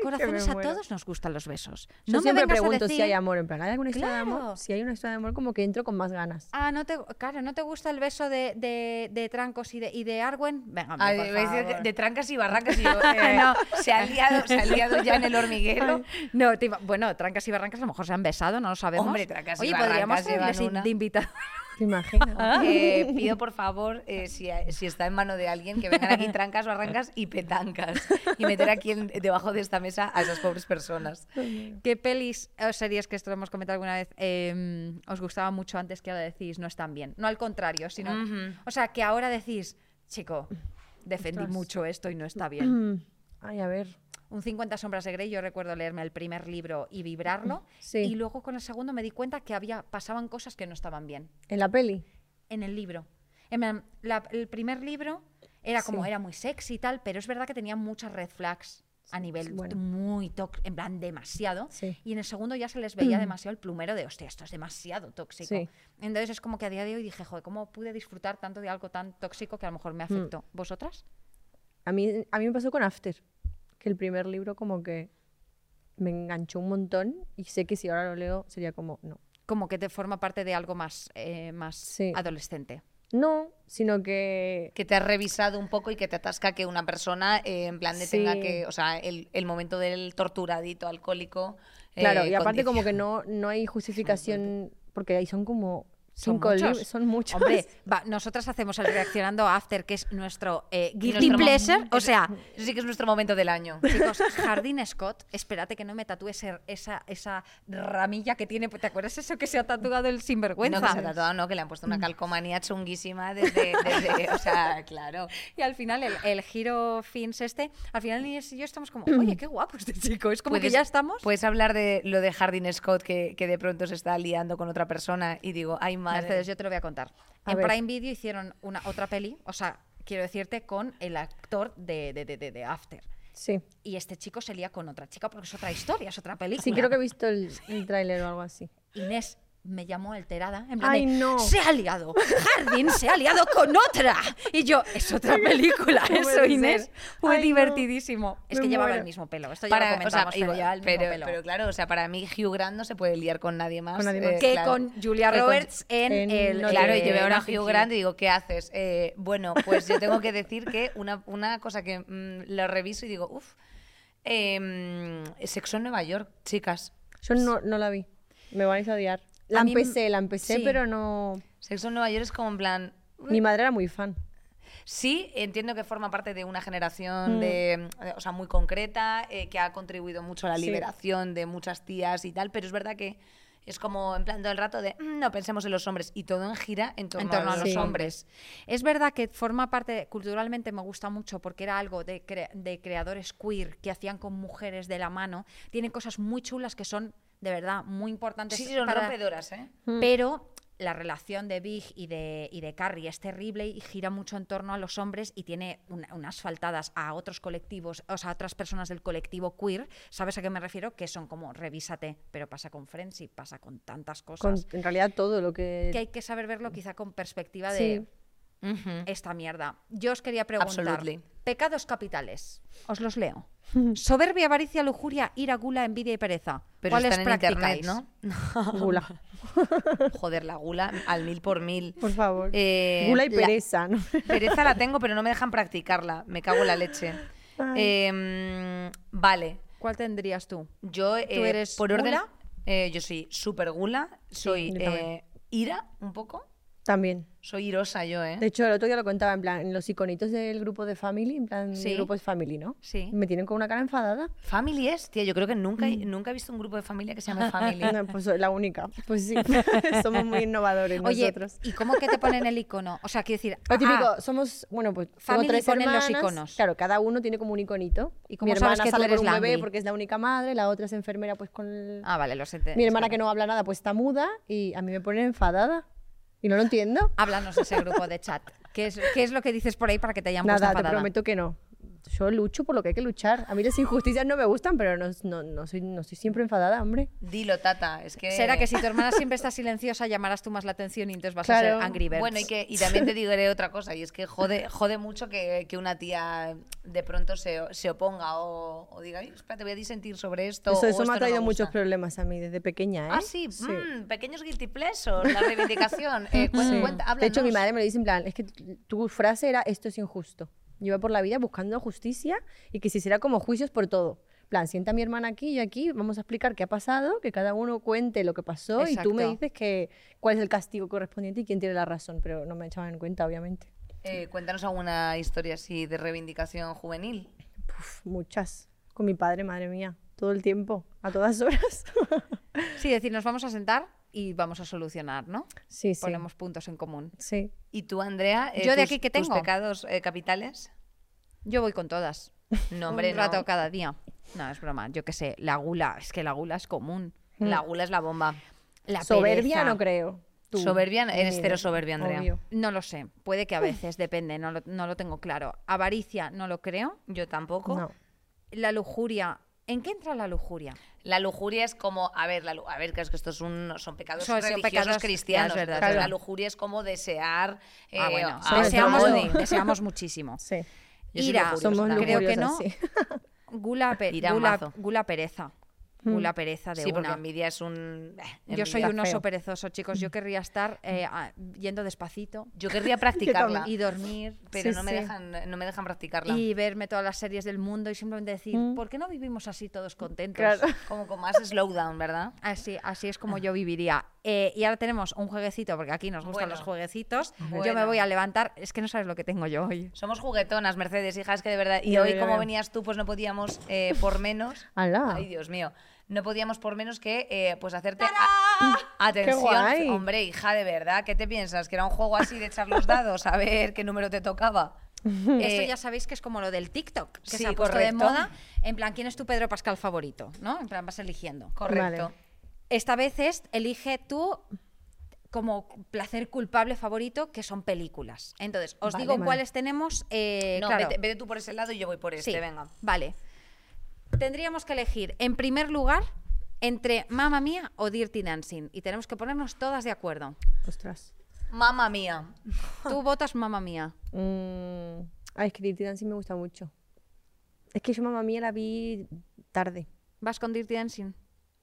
Corazones, a muero. todos nos gustan los besos. Yo no siempre me vengas a pregunto si decir- hay amor. En plan, ¿hay alguna historia de Claro. amor? Si hay una historia de amor, como que entro con más ganas. Ah, no te, claro, ¿no te gusta el beso de, de- de Trancos y de, y de Arwen? Venga, hombre, Ah, por iba a decir favor. Ah, de trancas y barrancas. y (laughs) yo, eh, se, ha liado, se ha liado ya en el hormiguero. No, te iba- bueno, trancas y barrancas a lo mejor se han besado, no lo sabemos. Hombre, Trancas y Oye, Barrancas podríamos llevan traerles in- una. de invitado. (laughs) ¿Te imaginas? Ah. Eh, pido por favor, eh, si, si está en mano de alguien, que vengan aquí trancas, barrancas y petancas. Y meter aquí en- debajo de esta mesa a esas pobres personas. ¿Qué pelis o series que esto lo hemos comentado alguna vez eh, os gustaba mucho antes que ahora decís no están bien? No al contrario, sino. Ujú. O sea, que ahora decís, chico, defendí Ostras. mucho esto y no está Mm. bien. Mm, Ay, a ver. Un 50 Sombras de Grey, yo recuerdo leerme el primer libro y vibrarlo. Sí. Y luego con el segundo me di cuenta que había, pasaban cosas que no estaban bien. ¿En la peli? en el libro. En plan, la- el primer libro era como Sí. era muy sexy y tal, pero es verdad que tenía muchas red flags a nivel sí, bueno. t- muy tóxico, en plan demasiado. Sí. Y en el segundo ya se (clears throat) les veía demasiado el plumero de, hostia, esto es demasiado tóxico. Sí. Entonces es como que a día de hoy dije, joder, ¿cómo pude disfrutar tanto de algo tan tóxico que a lo mejor me Mm. afectó? ¿Vosotras? A mí, a mí me pasó con After, que el primer libro como que me enganchó un montón y sé que si ahora lo leo sería como, no. Como que te forma parte de algo más, eh, más Sí. adolescente. No, sino que... Que te has revisado un poco y que te atasca que una persona, eh, en plan de tenga Sí. que, o sea, el, el momento del torturadito alcohólico. eh, Claro, y aparte como que condiciona. no, no hay justificación, porque ahí son como Son Cinco muchos. libros, son muchos. Hombre, va, nosotras hacemos el Reaccionando After, que es nuestro eh, guilty Nuestro mom- pleasure. O eso- sea, eso sí que es nuestro momento del año. chicos, Jardín Scott, espérate que no me tatúe ese- esa, esa ramilla que tiene. ¿Te acuerdas eso que se ha tatuado el sinvergüenza? No, que se ha tatuado, no, que le han puesto Mm. una calcomanía chunguísima desde, desde- o (laughs) sea, claro. Y al final, el, el giro fins este, al final Inés y yo estamos como, oye, qué guapo este chico. Es pues, como que Puedes- ya estamos. Puedes hablar de lo de Hardin Scott que, que de pronto se está liando con otra persona y digo, ay madre. Mercedes, yo te lo voy a contar. A en ver. Prime Video hicieron una otra peli, o sea, quiero decirte, con el actor de, de, de, de- de After. (laughs) Sí. Y este chico se lía con otra chica porque es otra historia, es otra película. Sí, creo que he visto el, el tráiler o algo así. Inés me llamó alterada. En plan Ay, de, no. Se ha liado. Jardín se ha liado con otra. Y yo, es otra película. No Eso, puede Inés. ser. Fue Ay, no. divertidísimo. Es Me que llevaba muero. el mismo pelo. Esto ya Para- lo o sea, comentamos, pero igual, llevaba el mismo pero- pelo. pero claro, o sea, para mí Hugh Grant no se puede liar con nadie más. eh, Con nadie más. que claro. con Julia Que con- Roberts en, en el... Notting Claro, y Eh, yo veo ahora a Notting Hugh Hill. Grant y digo, ¿qué haces? Eh, bueno, pues yo tengo que decir que una, una cosa que mm, lo reviso y digo, uff, sexo en Nueva York, chicas. Yo no, no la vi. Me vais a odiar. La A mí- empecé, la empecé, sí. pero no. Sexo en Nueva York es como en plan... Mi madre era muy fan. Sí, entiendo que forma parte de una Mm. generación de, eh, o sea, muy concreta, eh, que ha contribuido mucho a la Sí. liberación de muchas tías y tal, pero es verdad que es como en plan todo el rato de "Mm, no pensemos en los hombres y todo en gira en torno, en torno a los los Sí. hombres. Es verdad que forma parte, culturalmente me gusta mucho porque era algo de, cre- de creadores queer que hacían con mujeres de la mano. Tienen cosas muy chulas que son de verdad muy importantes. Sí, sí, son para- rompedoras, ¿eh? Mm. Pero la relación de Big y de, y de Carrie es terrible y gira mucho en torno a los hombres y tiene una- unas faltadas a otros colectivos, o sea, a otras personas del colectivo queer. ¿Sabes a qué me refiero? Que son como revísate, pero pasa con Friends y pasa con tantas Con, cosas. en realidad todo lo que. que hay que saber verlo quizá con perspectiva de Sí. esta mierda. Yo os quería preguntar, Absolutely. pecados capitales, os los (laughs) leo. Soberbia, avaricia, lujuria, ira, gula, envidia y pereza. Pero ¿Cuáles están en internet, practicáis? ¿no? (laughs) Gula. Joder, la gula al mil por mil. Por favor. Eh, Gula y la- pereza, ¿no? (laughs) Pereza la tengo, pero no me dejan practicarla. Me cago en la leche. Eh, vale. ¿Cuál tendrías tú? Yo, eh, eres por orden, gula? eh, yo soy súper gula, soy yo también. eh, ira un poco, También. soy irosa yo, ¿eh? De hecho, el otro día lo contaba, en plan, en los iconitos del grupo de Family, en plan, Sí. el grupo es Family, ¿no? Sí. Me tienen con una cara enfadada. Family es, tía, yo creo que nunca, he- nunca he visto un grupo de familia que se llame (laughs) Family. Mm. No, pues soy la única. Pues sí, (laughs) somos muy innovadores Oye, nosotros. ¿y cómo que te ponen el icono? O sea, quiero decir, (laughs) Lo típico, ah, somos, bueno, pues Family tengo tres ponen los hermanas. iconos. Claro, cada uno tiene como un iconito. ¿Y Mi cómo sabes hermana que tú sale eres con un bebé Landy? porque es la única madre, la otra es enfermera pues con el- ah, vale, los entiendo. Mi hermana que no habla nada pues está muda y a mí me ponen enfadada. Y no lo entiendo. Háblanos de ese grupo de chat. ¿Qué es, ¿Qué es lo que dices por ahí para que te hayan puesto Nada, te enfadada? prometo que no. Yo lucho por lo que hay que luchar. A mí las injusticias no me gustan, pero no, no, no soy, no soy siempre enfadada, hombre. Dilo, tata, es que... ¿Será que si (laughs) tu hermana siempre está silenciosa llamarás tú más la atención y entonces vas a Claro. ser Angry Birds? Bueno, y, que, y también te diré otra cosa, y es que jode, jode mucho que, que una tía de pronto se, se oponga o, o diga, "Ay, espera, te voy a disentir sobre esto. Eso, o eso esto me ha no traído muchos gusta". problemas a mí desde pequeña, ¿eh? Ah, sí, mm, pequeños guilty pleasures, la reivindicación. Eh, cuen- (laughs) Sí. cuenta, Mm. de hecho, mi háblanos. madre me lo dice en plan, es que tu tu frase era esto es injusto. Yo iba por la vida buscando justicia y que se hiciera como juicios por todo. En plan, sienta mi hermana aquí y aquí, vamos a explicar qué ha pasado, que cada uno cuente lo que pasó y tú me Exacto. dices que cuál es el castigo correspondiente y quién tiene la razón, pero no me echaban en cuenta, obviamente. Eh, cuéntanos alguna historia así de reivindicación juvenil. Puf, muchas. Con mi padre, madre mía, todo el tiempo, a todas horas. (laughs) Sí, decir, nos vamos a sentar y vamos a solucionar, ¿no? sí, sí. Ponemos puntos en común. Sí. ¿Y tú, Andrea? eh, ¿Yo tus- de aquí qué tus tengo? pecados eh, capitales? Yo voy con todas. No, hombre, Un rato no. cada día. No, es broma. Yo qué sé, la gula. Es que la gula es común. La gula es la bomba. La Soberbia pereza. no creo. Tú. Soberbia, eres Ni cero idea. soberbia, Andrea. Obvio. No lo sé. Puede Mm. que a veces, depende. No lo, no lo tengo claro. Avaricia, no lo creo. Yo tampoco. No. La lujuria. ¿En qué entra la lujuria? La lujuria es como, a ver, la lu- a ver, que es que estos son, son pecados Son- son religiosos pecados- cristianos. ya, es verdad, entonces claro. La lujuria es como desear. ah, eh, bueno. a otro deseamos, (laughs) body. (laughs) deseamos muchísimo. Sí. Yo soy Ira, lujuriosa Somos también. creo que lujuriosas, no. sí. Gula, pe- Ira gula, mazo. gula pereza. Mm. Gula pereza de Sí, porque una. envidia es un. eh, Yo soy envidia. un oso feo. perezoso, chicos. Mm. Yo querría estar eh, a- yendo despacito Yo querría practicarla, y dormir. pero Sí, no, me sí. dejan, no me dejan practicarla. y verme todas las series del mundo y simplemente decir, ¿por qué no vivimos así todos contentos? Mm. Claro. Como con más slowdown, ¿verdad? Ah. Así, así es como yo viviría. Eh, y ahora tenemos un jueguecito, porque aquí nos gustan Bueno. los jueguecitos. Yo me Bueno. voy a levantar. Es que no sabes lo que tengo yo hoy. Somos juguetonas, Mercedes, hijas, que de verdad. Y Ya hoy, veo, ya Ah. como veo. venías tú, pues no podíamos (laughs) eh, por menos. Alá. Ay, Dios mío. No podíamos por menos que eh, pues hacerte a- ¡Qué atención. guay! Hombre, hija, de verdad, ¿qué te piensas? ¿Que era un juego así de echar los dados a ver qué número te (laughs) tocaba? Esto Eh, ya sabéis que es como lo del TikTok, que sí, se ha puesto de correcto. moda. En plan, ¿quién es tu Pedro Pascal favorito? ¿No? En plan, vas eligiendo. Correcto. Vale. Esta vez es, elige tú como placer culpable favorito, que son películas. Entonces, os Vale, digo vale. cuáles tenemos. eh, No, claro. vete, vete tú por ese lado y yo voy por este, Sí, venga. Vale. Tendríamos que elegir, en primer lugar, entre Mamma Mía o Dirty Dancing. Y tenemos que ponernos todas de acuerdo. Ostras. Mamma mía. Ah. Tú votas Mamma Mía. Mm, Ay, es que Dirty Dancing me gusta mucho. Es que yo, mamá mía, la vi tarde. ¿Vas con Dirty Dancing?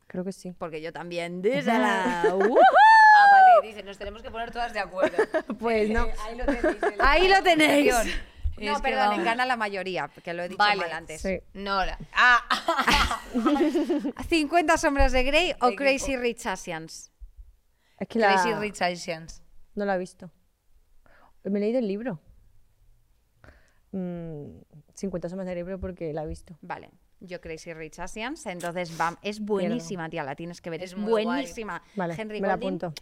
Creo que sí. Porque yo también. (laughs) dísela. ¡Uh! Ah, vale, dice, nos tenemos que poner todas de acuerdo. (laughs) Eh, Pues no. Ahí lo tenéis. el- Ahí lo tenéis. Guión. No, (laughs) Es que perdón, vamos. gana la mayoría, que lo he dicho Vale. mal antes. Sí. Nora. Ah, 50 sombras de Grey o Equipo. Crazy Rich Asians. Es que la... Crazy Rich Asians. No la he visto. Me he leído el libro. Mm, 50 sombras de libro porque la he visto. Vale. Yo Crazy Rich Asians, entonces bam, es buenísima, tía, la tienes que ver, es, Es muy guay. buenísima. Vale, Henry me la Golding. apunto.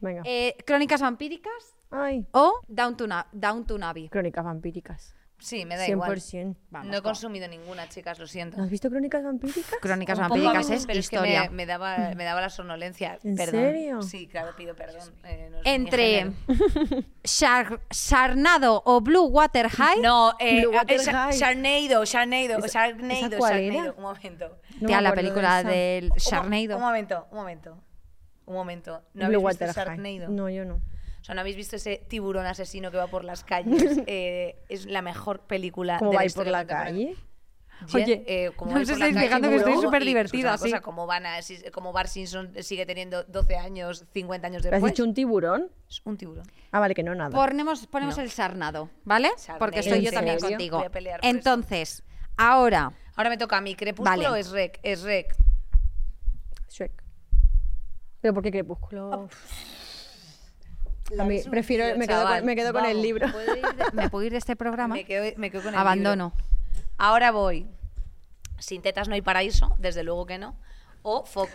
Venga. Eh, Crónicas vampíricas Ay, o Downton, A- Downton Abbey. crónicas vampíricas. Sí, me da igual. 100%. Vamos, no he va. consumido ninguna, chicas, lo siento. ¿No has visto crónicas vampíricas? Crónicas Un poco, vampíricas es pero que me- historia. me, (laughs) daba, me daba la somnolencia. ¿En perdón. serio? Sí, claro, pido perdón. eh, no es mi Entre género. Shar- Sharnado o Blue Water High, No, eh, Blue eh, Water Sha- High. Sharknado, Sharknado, ¿Esa- Sharknado, esa cuál Sharknado, era? un momento. No tía, me la acuerdo de película esa. del Sharnado. Un momento, un momento. Un momento. ¿No Blue habéis visto Water High. Sharknado? No, yo no. O sea, ¿no habéis visto ese tiburón asesino que va por las (laughs) calles? Eh, es la mejor película ¿Cómo de la va a ir por historia la contemporánea. calle? Jen, Oye, eh, como no vais os por la estáis calle, fijando que estoy seguro, súper y, divertida, escucha una sí. cosa, como, van a- si- como Bart Simpson sigue teniendo 12 años, 50 años ¿Has después. dicho un tiburón? Es un tiburón. Ah, vale, que no, nada. Ponemos, ponemos el sarnado, ¿vale? Sarnado. Porque estoy yo ¿En también serio? contigo. Voy a pelear por eso. Entonces, ahora, Ahora me toca a mí. ¿Crepúsculo Vale. es rec? Es rec. Shrek. ¿Pero por qué Crepúsculo? A mí prefiero, me quedo, chaval. con, me quedo con el Vamos, libro. (laughs) ¿puedo ir de- ¿me puedo ir de este programa? Me quedo, me quedo con el Abandono. libro. Ahora voy. Sin tetas no hay paraíso, desde luego que no. O FOC.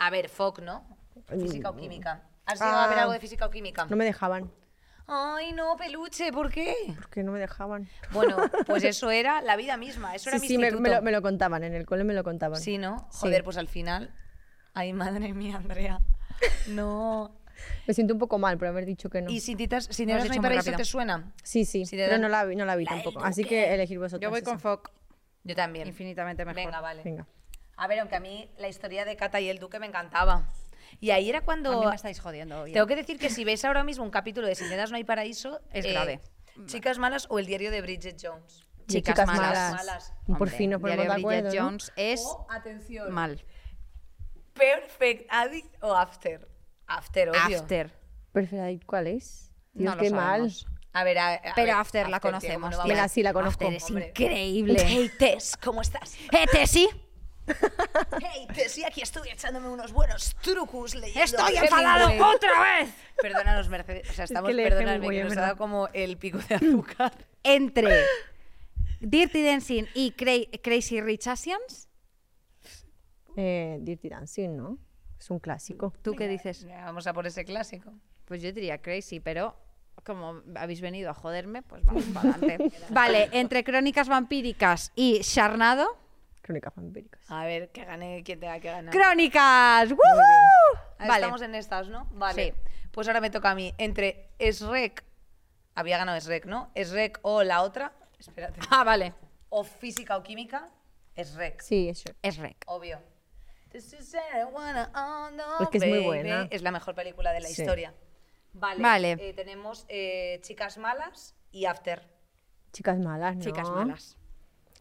A ver, FOC, ¿no? Física o química. ¿Has llegado a ver Ah. algo de física o química? No me dejaban. Ay, no, peluche, ¿por qué? Porque no me dejaban. Bueno, pues eso era la vida misma, eso era Sí, mi sí, me, instituto. me lo, me lo contaban, en el cole me lo contaban. Sí, ¿no? Sí. Joder, pues al final. Ay, madre mía, Andrea. No. Me siento un poco mal por haber dicho que no. ¿Y sin titas, sin Lo eras no has hay dicho muy paraíso rápido. te suena? Sí, sí, Si te pero dan- no la vi, no la vi La del también tampoco. Duque. Así que elegir vosotros. Yo voy esa. con Foc, Yo también. infinitamente mejor. Venga, vale. Venga. A ver, aunque a mí la historia de Cata y el Duque me encantaba. Y ahí era A cuando. mí me estáis jodiendo hoy. ¿eh? Tengo que decir que si veis ahora mismo un capítulo de Sin Tetas No Hay Paraíso. eh, Es grave. Chicas malas o el diario de Bridget Jones. Y Chicas malas. Malas. Por fin nos ponemos de acuerdo. ¿no? Oh. Jones es O, Oh, atención. mal. Perfect Addict o After. After, obvio. After. Perfecto, ¿y ¿cuál es? Dios, no qué lo mal. sabemos. A ver, a- a Pero ver, After la tío, conocemos, ¿cómo no tía. Me vamos a- la- sí, la conozco. After es Hombre. (laughs) increíble. Hey, Tess, ¿cómo estás? ¡Eh, Tessie! Hey, Tess, y aquí estoy echándome unos buenos trucos leyendo a ¡Estoy Hemingway. enfadado otra vez! Perdónanos, Mercedes. O sea, estamos, que lee perdóname, Hemingway, que es nos ha verdad. dado como el pico de azúcar. Entre Dirty Dancing y Cra- Crazy Rich Asians, Eh, Dirty Dancing, ¿no? Es un clásico. ¿tú (laughs) qué dices? Vamos a por ese clásico. Pues yo diría Crazy, pero como habéis venido a joderme, (laughs) pues vamos para adelante. Vale, entre Crónicas Vampíricas y Charnado, Crónicas vampíricas. A ver, que gane quien tenga que Ah. ganar. ¡Crónicas! ¡Woohoo! Ah, Vale. Estamos en estas, ¿no? Vale. Sí. Pues ahora me toca a mí. Entre Shrek, había ganado Shrek, ¿no? Shrek o la otra, espérate, Ah, vale. o física o química, Shrek, Sí, es Shrek. Es rec. obvio. This is Arowana, oh no, Es que es muy baby. buena. Es la mejor película de la Sí. historia. Vale. Vale. eh, tenemos eh, Chicas Malas y After. Chicas malas, ¿no? Chicas malas.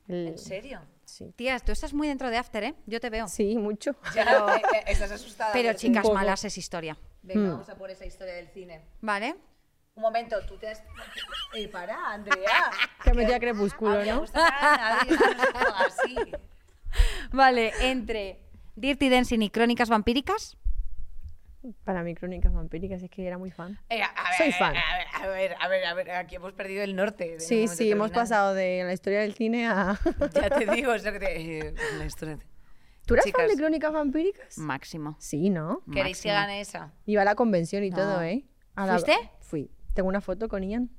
El- ¿En (laughs) serio? Sí. Tías, tú estás muy dentro de After, ¿eh? Yo te veo. Sí, mucho. Ya, (laughs) eh, eh, estás asustada. Pero Mercedes. chicas poco. malas es historia. Mm. Venga, vamos a por esa historia del cine. ¿Vale? Un momento, tú te has... Eh, para, (laughs) Andrea. Que metía crepúsculo, Habría ¿no? (laughs) gustado a nadie, a nosotros, así. Vale, entre Dirty Dancing y Crónicas Vampíricas. Para mí, Crónicas Vampíricas es que era muy fan. Eh, a- a ver, Soy a ver, fan. A ver, a ver, a ver, a ver, aquí hemos perdido el norte. de un Sí, momento sí, hemos determinado. pasado de la historia del cine a... (laughs) (laughs) Ya te digo, es lo que te. eh, la historia. ¿Tú eras fan Chicas. de Crónicas Vampíricas? Máximo. Sí, ¿no? ¿Queréis que Máximo. gane esa? Iba a la convención y todo, ¿eh? A la- ¿Fuiste? Fui. Tengo una foto con Ian.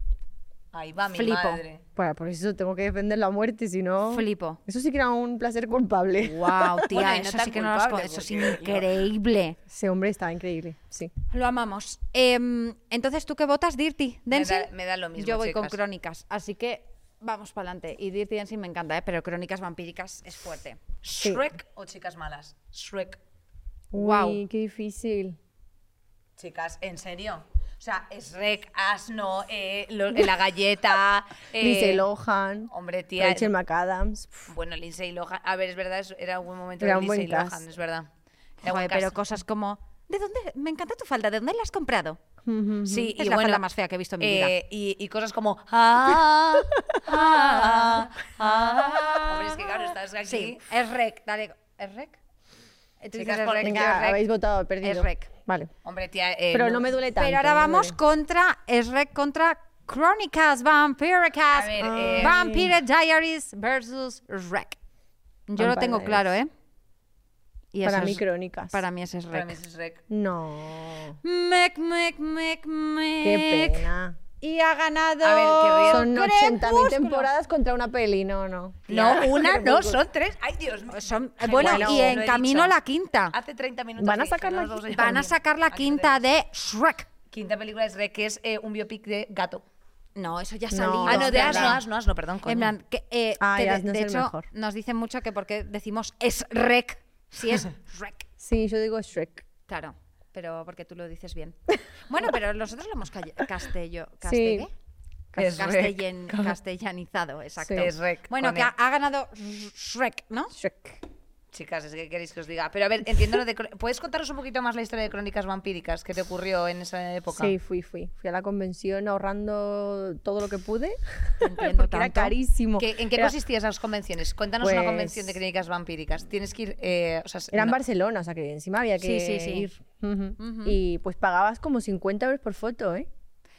Ahí va mi Flipo. madre. Para, por eso tengo que defender la muerte, si no... Flipo. Eso sí que era un placer culpable. Wow, Oh. tía, Bueno, y no eso tan sí que no las co- culpable, Eso es porque- increíble. Ese hombre estaba increíble, sí. Lo amamos. Em, entonces, ¿tú qué votas, Dirty Me Dancing? da, me da lo mismo. Yo voy con chicas. Crónicas, así que vamos para adelante. Y Dirty Dancing me encanta, ¿eh? pero Crónicas Vampíricas es fuerte. Shrek o chicas malas. Shrek. Guau. Uy, qué difícil. Chicas, ¿en serio? O sea, Shrek, Asno, eh, lo- la galleta. eh, (laughs) Lindsay Lohan. Hombre, tía. Rachel McAdams. Bueno, Lindsay Lohan. A ver, es verdad, es- era un buen momento Era de un buen Lindsay cast. Lohan, es verdad. Era Joder, buen pero cast. cosas como... ¿De dónde? Me encanta tu falda. ¿De dónde la has comprado? Sí, Es y la bueno, falda más fea que he visto en mi vida. eh, Y, y cosas como. (laughs) "Ah, ah, ah". Hombre, es que claro, estás aquí. Sí, es rec. Dale, ¿es rec? Eh, tú Chicas, dices es por- rec, venga, yo es Venga, rec. habéis votado, he perdido. Es rec. Vale. Hombre, tía. eh, Pero no me duele tanto. Pero ahora no me vamos duele. contra, es rec contra Crónicas Vampíricas. A ver, eh, ah. Vampire Diaries versus rec. Yo lo Vampire tengo claro, ¿eh? Diaries. Y Para eso mí, es- Crónicas. Para mí ese es Para rec. mí es Shrek. No. Mec, mec, mec, mec. Qué pena. Y ha ganado. A ver, qué Son 80.000 Crepúsculo. temporadas contra una peli. No, no. No, (laughs) una, no, son tres. Ay, Dios mío. Pues Son- Qué eh, bueno, guay. y Lo en he camino dicho. Ah, la quinta. Hace 30 minutos. Van a que dije, sacar no la nos vamos a quinta. llevar Van a bien. sacar la Aquí quinta tenemos. de Shrek. Quinta película de Shrek, que es eh, un biopic de gato. No, eso ya ha No. salido. Ah, no, de verdad. Asno, Asno, Asno, perdón. coño. En plan, que, eh, Ah, que ya, de, no es de el hecho, mejor. nos dicen mucho que porque decimos es rec, si es rec. Sí, yo digo Shrek. Claro, pero porque tú lo dices bien. Bueno, pero nosotros lo hemos calle- castello, Sí. castell- Es rec. castellan- castellanizado, exacto. Es rec, Bueno, con que E. ha, ha ganado Shrek, ¿no? Shrek. Chicas, es que queréis que os diga. Pero a ver, entiendo lo de. cro- ¿Puedes contaros un poquito más la historia de Crónicas Vampíricas que te ocurrió en esa época? Sí, fui, fui. Fui a la convención ahorrando todo lo que pude. Entiendo porque era tanto. carísimo. ¿Qué- ¿En qué Era- consistían esas convenciones? Cuéntanos una Pues- convención de Crónicas Vampíricas. Tienes que ir. Eh, o sea, Era en no- Barcelona, o sea que encima había que Sí, sí, sí. ir. Ujú. Y pues pagabas como 50 euros por foto, ¿eh?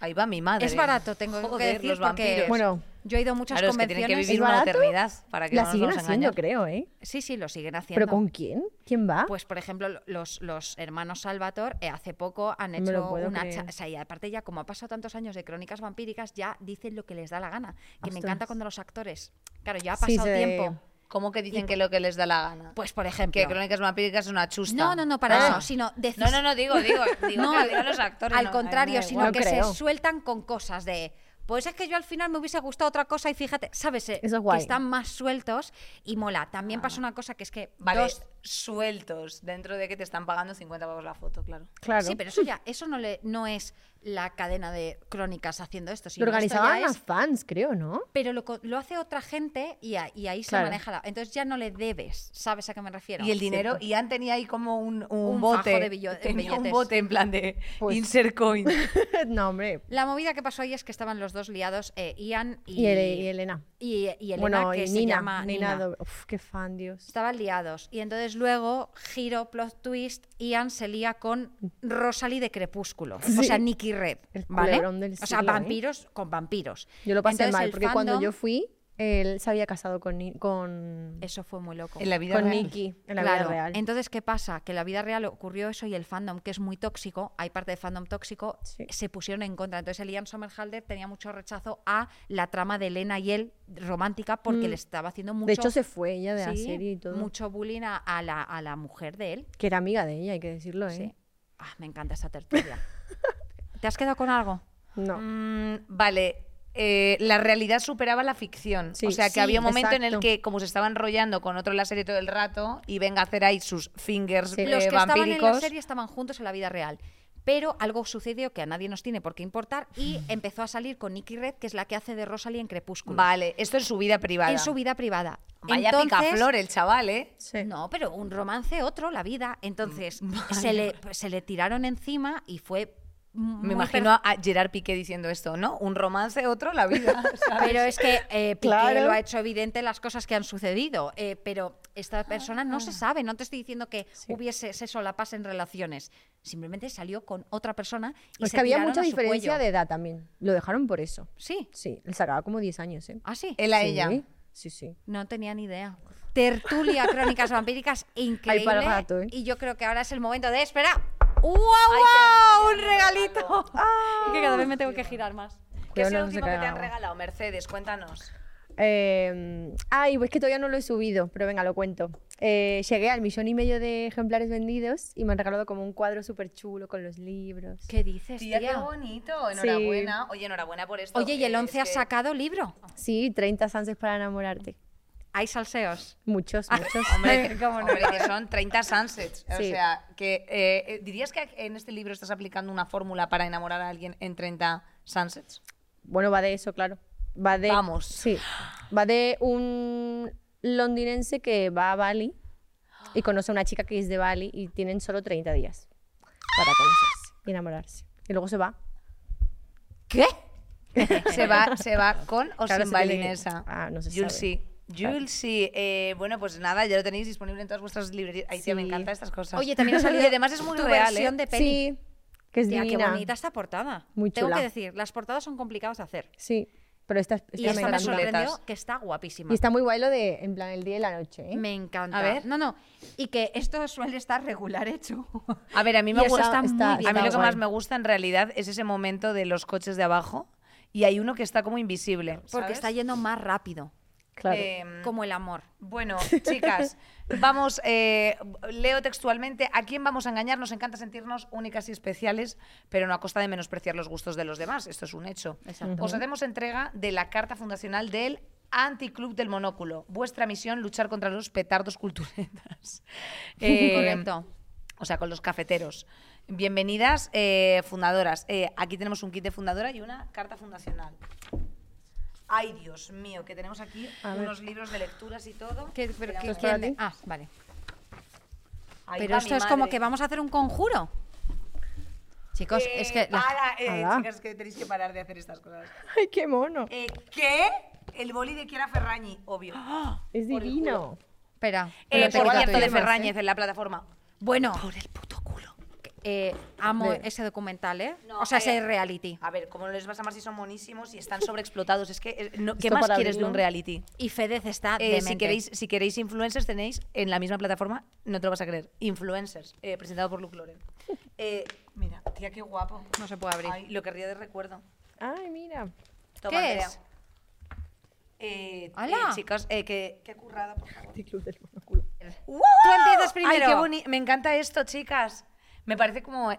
Ahí va mi madre. Es barato, tengo que Joder, decir, los porque vampiros. Bueno, Yo he ido a muchas claro, es que tienen que convenciones. vivir ¿Es una barato? eternidad para que la no nos siguen vamos a haciendo, engañar. creo, ¿eh? Sí, sí, lo siguen haciendo. ¿Pero con quién? ¿Quién va? Pues, por ejemplo, lo- los, los hermanos Salvator eh, hace poco han No me lo hecho puedo una... creer. cha- o sea, y aparte ya, como ha pasado tantos años de crónicas vampíricas, ya dicen lo que les da la gana. Que me encanta Ostras. cuando los actores... Claro, ya ha Sí, pasado se- tiempo. ¿Cómo que dicen que lo que les da la gana? Pues, por ejemplo... que (laughs) Crónicas Vampíricas es una chusta. No, no, no, para Ah. eso, sino... decis- No, no, no, digo, digo, digo No, que digo los actores. Al no, contrario, a mí me da sino igual. que No creo. se sueltan con cosas de... Pues es que yo al final me hubiese gustado otra cosa y fíjate, ¿sabes? eh, Eso es que guay. están más sueltos y mola. También pasa una cosa que es que Ah. Vale, dos- sueltos dentro de que te están pagando 50 pavos la foto, claro. Claro. Sí, pero eso ya, eso no, le, no es la cadena de crónicas haciendo esto. Sino lo organizaban esto ya las es- fans, creo, ¿no? pero lo, co- lo hace otra gente y, a- y ahí Claro. se maneja la. Entonces ya no le debes, ¿sabes a qué me refiero? y el dinero, Ian tenía ahí como un, un, Un bote. fajo de billo- de tenía un billetes. bote en plan de Pues- insert coin. no, hombre. La movida que pasó ahí es que estaban los dos liados, eh, Ian y, Y, Ele- y Elena. y- y Elena, bueno, que y se Nina. llama Nina. Nina. Dob- Uf, qué fan, Dios. Estaban liados. Y entonces luego, giro, plot twist, Ian se lía con Rosalie de Crepúsculo. O sea, Nicky Red. El ¿vale? culebrón del o sea, siglo, ¿eh? vampiros con vampiros. Yo lo pasé Entonces, mal, el porque cuando fandom- yo fui, él se había casado con, Ni- con, Eso fue muy loco. en la vida con real. Nikki en la vida real. Entonces, ¿qué pasa? Que en la vida real ocurrió eso y el fandom, que es muy tóxico, hay parte de fandom tóxico, Sí. se pusieron en contra. Entonces, el Ian Somerhalder tenía mucho rechazo a la trama de Elena y él romántica porque le estaba haciendo mucho. Mm. de hecho, se fue ella de la sí, serie y todo. Mucho bullying a, a la, a la mujer de él. Que era amiga de ella, hay que decirlo, ¿eh? Sí. Ah, me encanta esta (laughs) tertulia. ¿Te has quedado con algo? No. (laughs) Mm, vale. eh, la realidad superaba la ficción. Sí, o sea, que sí, había un momento en el exacto. que, como se estaba enrollando con otro en la serie todo el rato, y venga a hacer ahí sus fingers Sí. eh, Los que estaban en la vampíricos. serie estaban juntos en la vida real. Pero algo sucedió que a nadie nos tiene por qué importar (laughs) y empezó a salir con Nikki Red, que es la que hace de Rosalie en Crepúsculo. Vale, esto es su vida privada. en su vida privada. Vaya Entonces- picaflor el chaval, ¿eh? Sí. Mm, No, pero un romance, otro, la vida. Entonces, se, le, se le tiraron encima y fue Me imagino a- a Gerard Piqué diciendo esto, ¿no? Un romance, otro, la (laughs) vida. ¿sabes? Pero es que eh, Piqué Claro. lo ha hecho evidente las cosas que han sucedido. eh, pero esta Ah, persona no se sabe. No te estoy diciendo que hubiese se solapasen relaciones. Simplemente salió con otra persona y Es se que había tiraron mucha a su diferencia cuello. de edad también. Lo dejaron por eso. Sí. Sí, le sacaba como 10 años, ¿eh? Ah, sí. Él a Sí, ella. Sí, sí. No tenía ni idea. Tertulia (laughs) Crónicas Vampíricas, increíble. para rato, ¿eh? Y yo creo que ahora es el momento de esperar. ¡Wow, wow! ¡Un regalito! (laughs) Y que cada vez me tengo que girar más. ¿Qué es Cuidado, el no se último que te caiga han agua. regalado, Mercedes? Cuéntanos. Eh, ay, pues que todavía no lo he subido, pero venga, lo cuento. Eh, llegué al millón y medio de ejemplares vendidos y me han regalado como un cuadro súper chulo con los libros. ¿Qué dices, Tía, qué tía? bonito. Enhorabuena. Oye, enhorabuena por esto. Pues, Oye, ¿y el Eh, 11 es ha que- sacado libro? Sí, 30 Sanses para enamorarte. Hay salseos. Muchos, Ah. muchos. (laughs) Hombre, que, ¿Cómo no? hombre, que son 30 sunsets. O Sí. sea, que eh, eh, ¿dirías que en este libro estás aplicando una fórmula para enamorar a alguien en 30 sunsets? Bueno, va de eso, claro. Va de. Vamos. Sí. Va de un londinense que va a Bali y conoce a una chica que es de Bali y tienen solo 30 días para conocerse y enamorarse. Y luego se va. ¿Qué? se va, se va con o sin Claro, se tiene que- balinesa. Ah, no se You'll sabe. see. You'll Claro. see. Eh, bueno, pues nada, ya lo tenéis disponible en todas vuestras librerías. Ahí sí. me Sí. encantan estas cosas. (laughs) Oye, también ha salido Y además es muy tu real, versión ¿eh? de peli. Sí, que es Tía, qué divina. bonita esta portada. Muy Tengo chula. que decir, las portadas son complicadas de hacer. Sí, pero esta, esta Y me esta me encanta. sorprendió Soletas. que está guapísima. Y está muy guay lo de, en plan, el día y la noche, ¿eh? Me encanta. A ver. No, no. Y que esto suele estar regular hecho. (laughs) A ver, a mí Y me eso gusta. está muy está- bien a mí lo que guay. más me gusta en realidad es ese momento de los coches de abajo y hay uno que está como invisible. Porque ¿sabes? está yendo más rápido. Claro. Eh, Como el (laughs) amor. Bueno, chicas, vamos, eh, leo textualmente, ¿a quién vamos a engañar? Nos encanta sentirnos únicas y especiales, pero no a costa de menospreciar los gustos de los demás, esto es un hecho. Exacto. Os hacemos entrega de la carta fundacional del Anticlub del Monóculo. Vuestra misión, luchar contra los petardos culturetas. Eh, (laughs) Correcto. O sea, con los cafeteros. Bienvenidas, eh, fundadoras. Eh, aquí tenemos un kit de fundadora y una carta fundacional. Ay, Dios mío, que tenemos aquí A ver. unos libros de lecturas y todo. ¿Qué- pero Espera, qué- vamos a- para quién- ti? ah, vale. Ahí pero va esto mi es como madre. que vamos a hacer un conjuro. Chicos, Eh, es que. la- para, eh, Ala. chicas, que tenéis que parar de hacer estas cosas. Ay, qué mono. Eh, ¿Qué? El boli de Kiara Ferrañi, obvio. ¡Ah! Es por el divino. Espera. Eh, una Pero por te guarda pregunta cierto, tuya. de Ferrañez en la plataforma. Bueno, Por el puto culo. eh, amo De- ese documental, ¿eh? No, o sea, eh, ese reality. A ver, ¿cómo no les vas a amar si son monísimos y están sobreexplotados? Es que, eh, no- ¿qué Esto más para quieres de abrirlo. un reality? Y Fedez está Eh, demente. si, queréis, si queréis influencers, tenéis en la misma plataforma, no te lo vas a creer, influencers, eh, presentado por Luke (laughs) Loren. Eh, mira, tía, qué guapo. No se puede abrir. Ay, lo querría de recuerdo. Ay, mira. Toma, ¿Qué Andrea. es? Eh, ¡Hala! eh, chicos, eh, que, que currada, por favor. Este Club del monóculo. Tú empiezas Ay, qué primero. boni- Me encanta esto, chicas. Me parece como...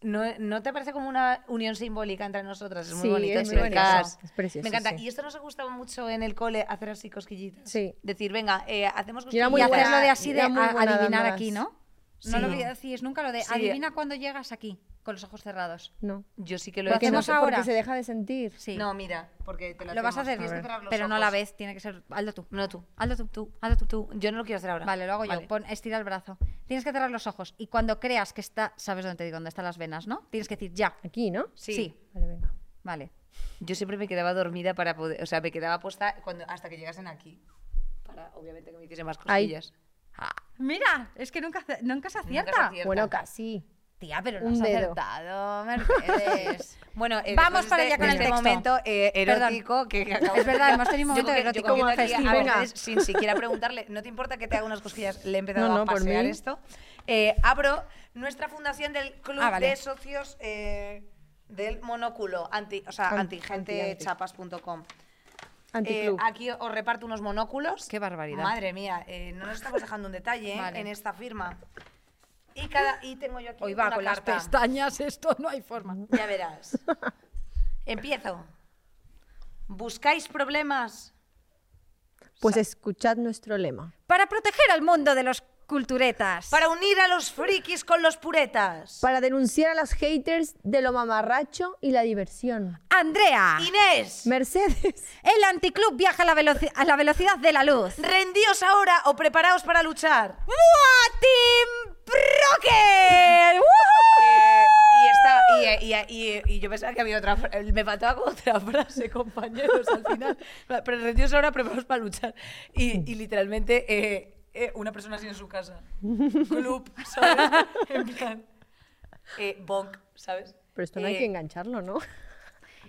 ¿No, no te parece como una unión simbólica entre nosotras? Es muy Sí, bonito, es muy chicas. bonito. Es precioso, Me encanta. sí. Y esto nos gustaba mucho en el cole, hacer así cosquillitas. Sí. Decir, venga, eh, hacemos Y era cosquillitas. muy y hacerlo buena- de así de era muy a- buena adivinar damas. aquí, ¿no? No Sí. lo decís nunca lo de Sí. adivina cuando llegas aquí, con los ojos cerrados. No. Yo sí que lo he ¿Lo Porque hecho. no hacemos se, porque ahora? se deja de sentir. Sí. No, mira, porque te lo, lo vas a hacer, hacemos. Tienes que cerrar los pero no a la ojos. vez, tiene que ser. Hazlo tú. No tú. Hazlo tú. Tú, hazlo tú. Tú, yo no lo quiero hacer ahora. Vale, lo hago Vale. yo. Pon, estira el brazo. Tienes que cerrar los ojos. Y cuando creas que está, sabes dónde te digo, dónde están las venas, ¿no? Tienes que decir ya. Aquí, ¿no? Sí. Vale, venga. Vale. Yo siempre me quedaba dormida para poder, o sea, me quedaba puesta cuando, hasta que llegasen aquí. Para, obviamente, que me hiciesen más Ay. cosquillas. Mira, es que nunca, nunca se Ah. Nunca acierta. se acierta. Bueno, casi. Tía, pero no Un has dedo. acertado, Mercedes. (laughs) Bueno, eh, Vamos después de para este- allá con de el este texto. momento eh, Perdón. erótico que acabamos Es de verdad, llegar. hemos tenido (laughs) un Yo momento cogido- yo erótico cogido aquí festivo. a Venga. Mercedes sin siquiera preguntarle, ¿no te importa que te haga unas cosquillas? Le he empezado No, a no, por pasear mí. esto. Eh, abro nuestra fundación del Club Ah, vale. de Socios eh, del Monóculo, anti, o sea, An- antigentechapas.com. Eh, Anticlub. aquí os reparto unos monóculos. Qué barbaridad. Madre mía, eh, no nos estamos dejando un detalle eh, Vale. en esta firma. Y, cada, y tengo yo aquí Hoy va una con las carta. pestañas, esto no hay forma. Ya (laughs) verás. Empiezo. ¿Buscáis problemas? Pues escuchad nuestro lema. Para proteger al mundo de los culturetas. Para unir a los frikis con los puretas. Para denunciar a los haters de lo mamarracho y la diversión. Andrea, Inés, Mercedes. (laughs) el anticlub viaja a la, veloci- a la velocidad de la luz. rendíos ahora o preparaos para luchar. ¡Buah, Team Rocket! ¡Woohoo! Eh, y, esta, y y, y- y- y yo pensaba que había otra fra- eh, Me faltaba como otra (laughs) frase, compañeros, al final. Pero retiros ahora preparados para luchar. Y, y literalmente eh, eh, una persona así en su casa. Club, ¿sabes? (laughs) En plan. Eh, bonk, ¿sabes? Pero esto no hay Eh, que engancharlo, ¿no?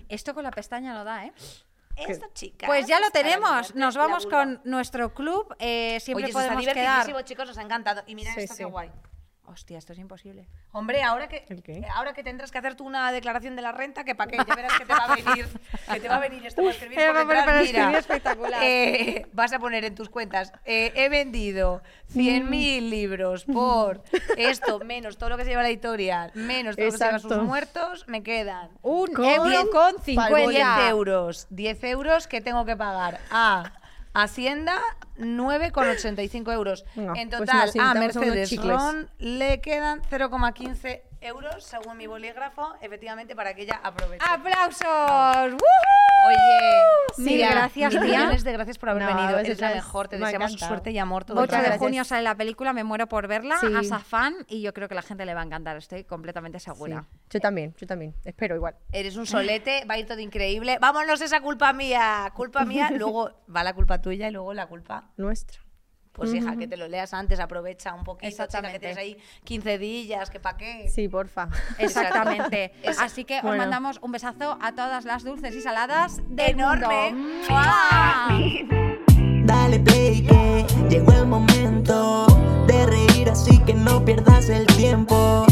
Esto con la pestaña no da, ¿eh? Esto, chicas. Pues ya lo para tenemos. alimentarte Nos la vamos vulva. con nuestro club. eh, siempre Oye, eso está podemos quedar. divertidísimo, chicos, nos ha encantado. Y mira Sí, esto, sí. qué guay. Hostia, esto es imposible. Hombre, ahora que, eh, ¿El qué? ahora que tendrás que hacer tú una declaración de la renta, que para qué, ya verás que te va (laughs) a venir, que te va a venir esto para escribir Eh, por va a detrás, preparar mira, escribir espectacular. eh, vas a poner en tus cuentas, eh, he vendido Mm. 100.000 libros por esto, menos todo lo que se lleva la editorial, menos todo lo que se lleva Exacto. sus muertos, me quedan Un eh, Con euro con 10 50 euros, 10 euros que tengo que pagar a Hacienda, 9,85 euros. Venga, en pues total, nos a sentamos unos Mercedes chicles. Ron le quedan 0,15 euros, según mi bolígrafo, efectivamente, para que ella aproveche. ¡Aplausos! ¡Woohoo! Oye, Mil Silvia, gracias, mil tía. millones de gracias por haber No, venido. vosotras, Eres la mejor, te me ha deseamos encantado. suerte y amor todo el 8 de rato. gracias. junio sale la película, me muero por verla. Sí. A Safán y yo creo que la gente le va a encantar, estoy completamente segura. Sí. Yo también, yo también. Espero igual. Eres un solete, va a ir todo increíble. Vámonos, esa culpa mía, culpa (laughs) mía. Luego va la culpa tuya y luego la culpa Nuestra. Pues hija, que te lo leas antes, aprovecha un poquito, chica, Exactamente. que tienes ahí 15 días, que pa' qué. Sí, porfa. (laughs) Exactamente. Así que os Bueno. mandamos un besazo a todas las dulces y saladas del Enorme. mundo. ¡Mua! Dale play que llegó el momento de reír así que no pierdas el tiempo.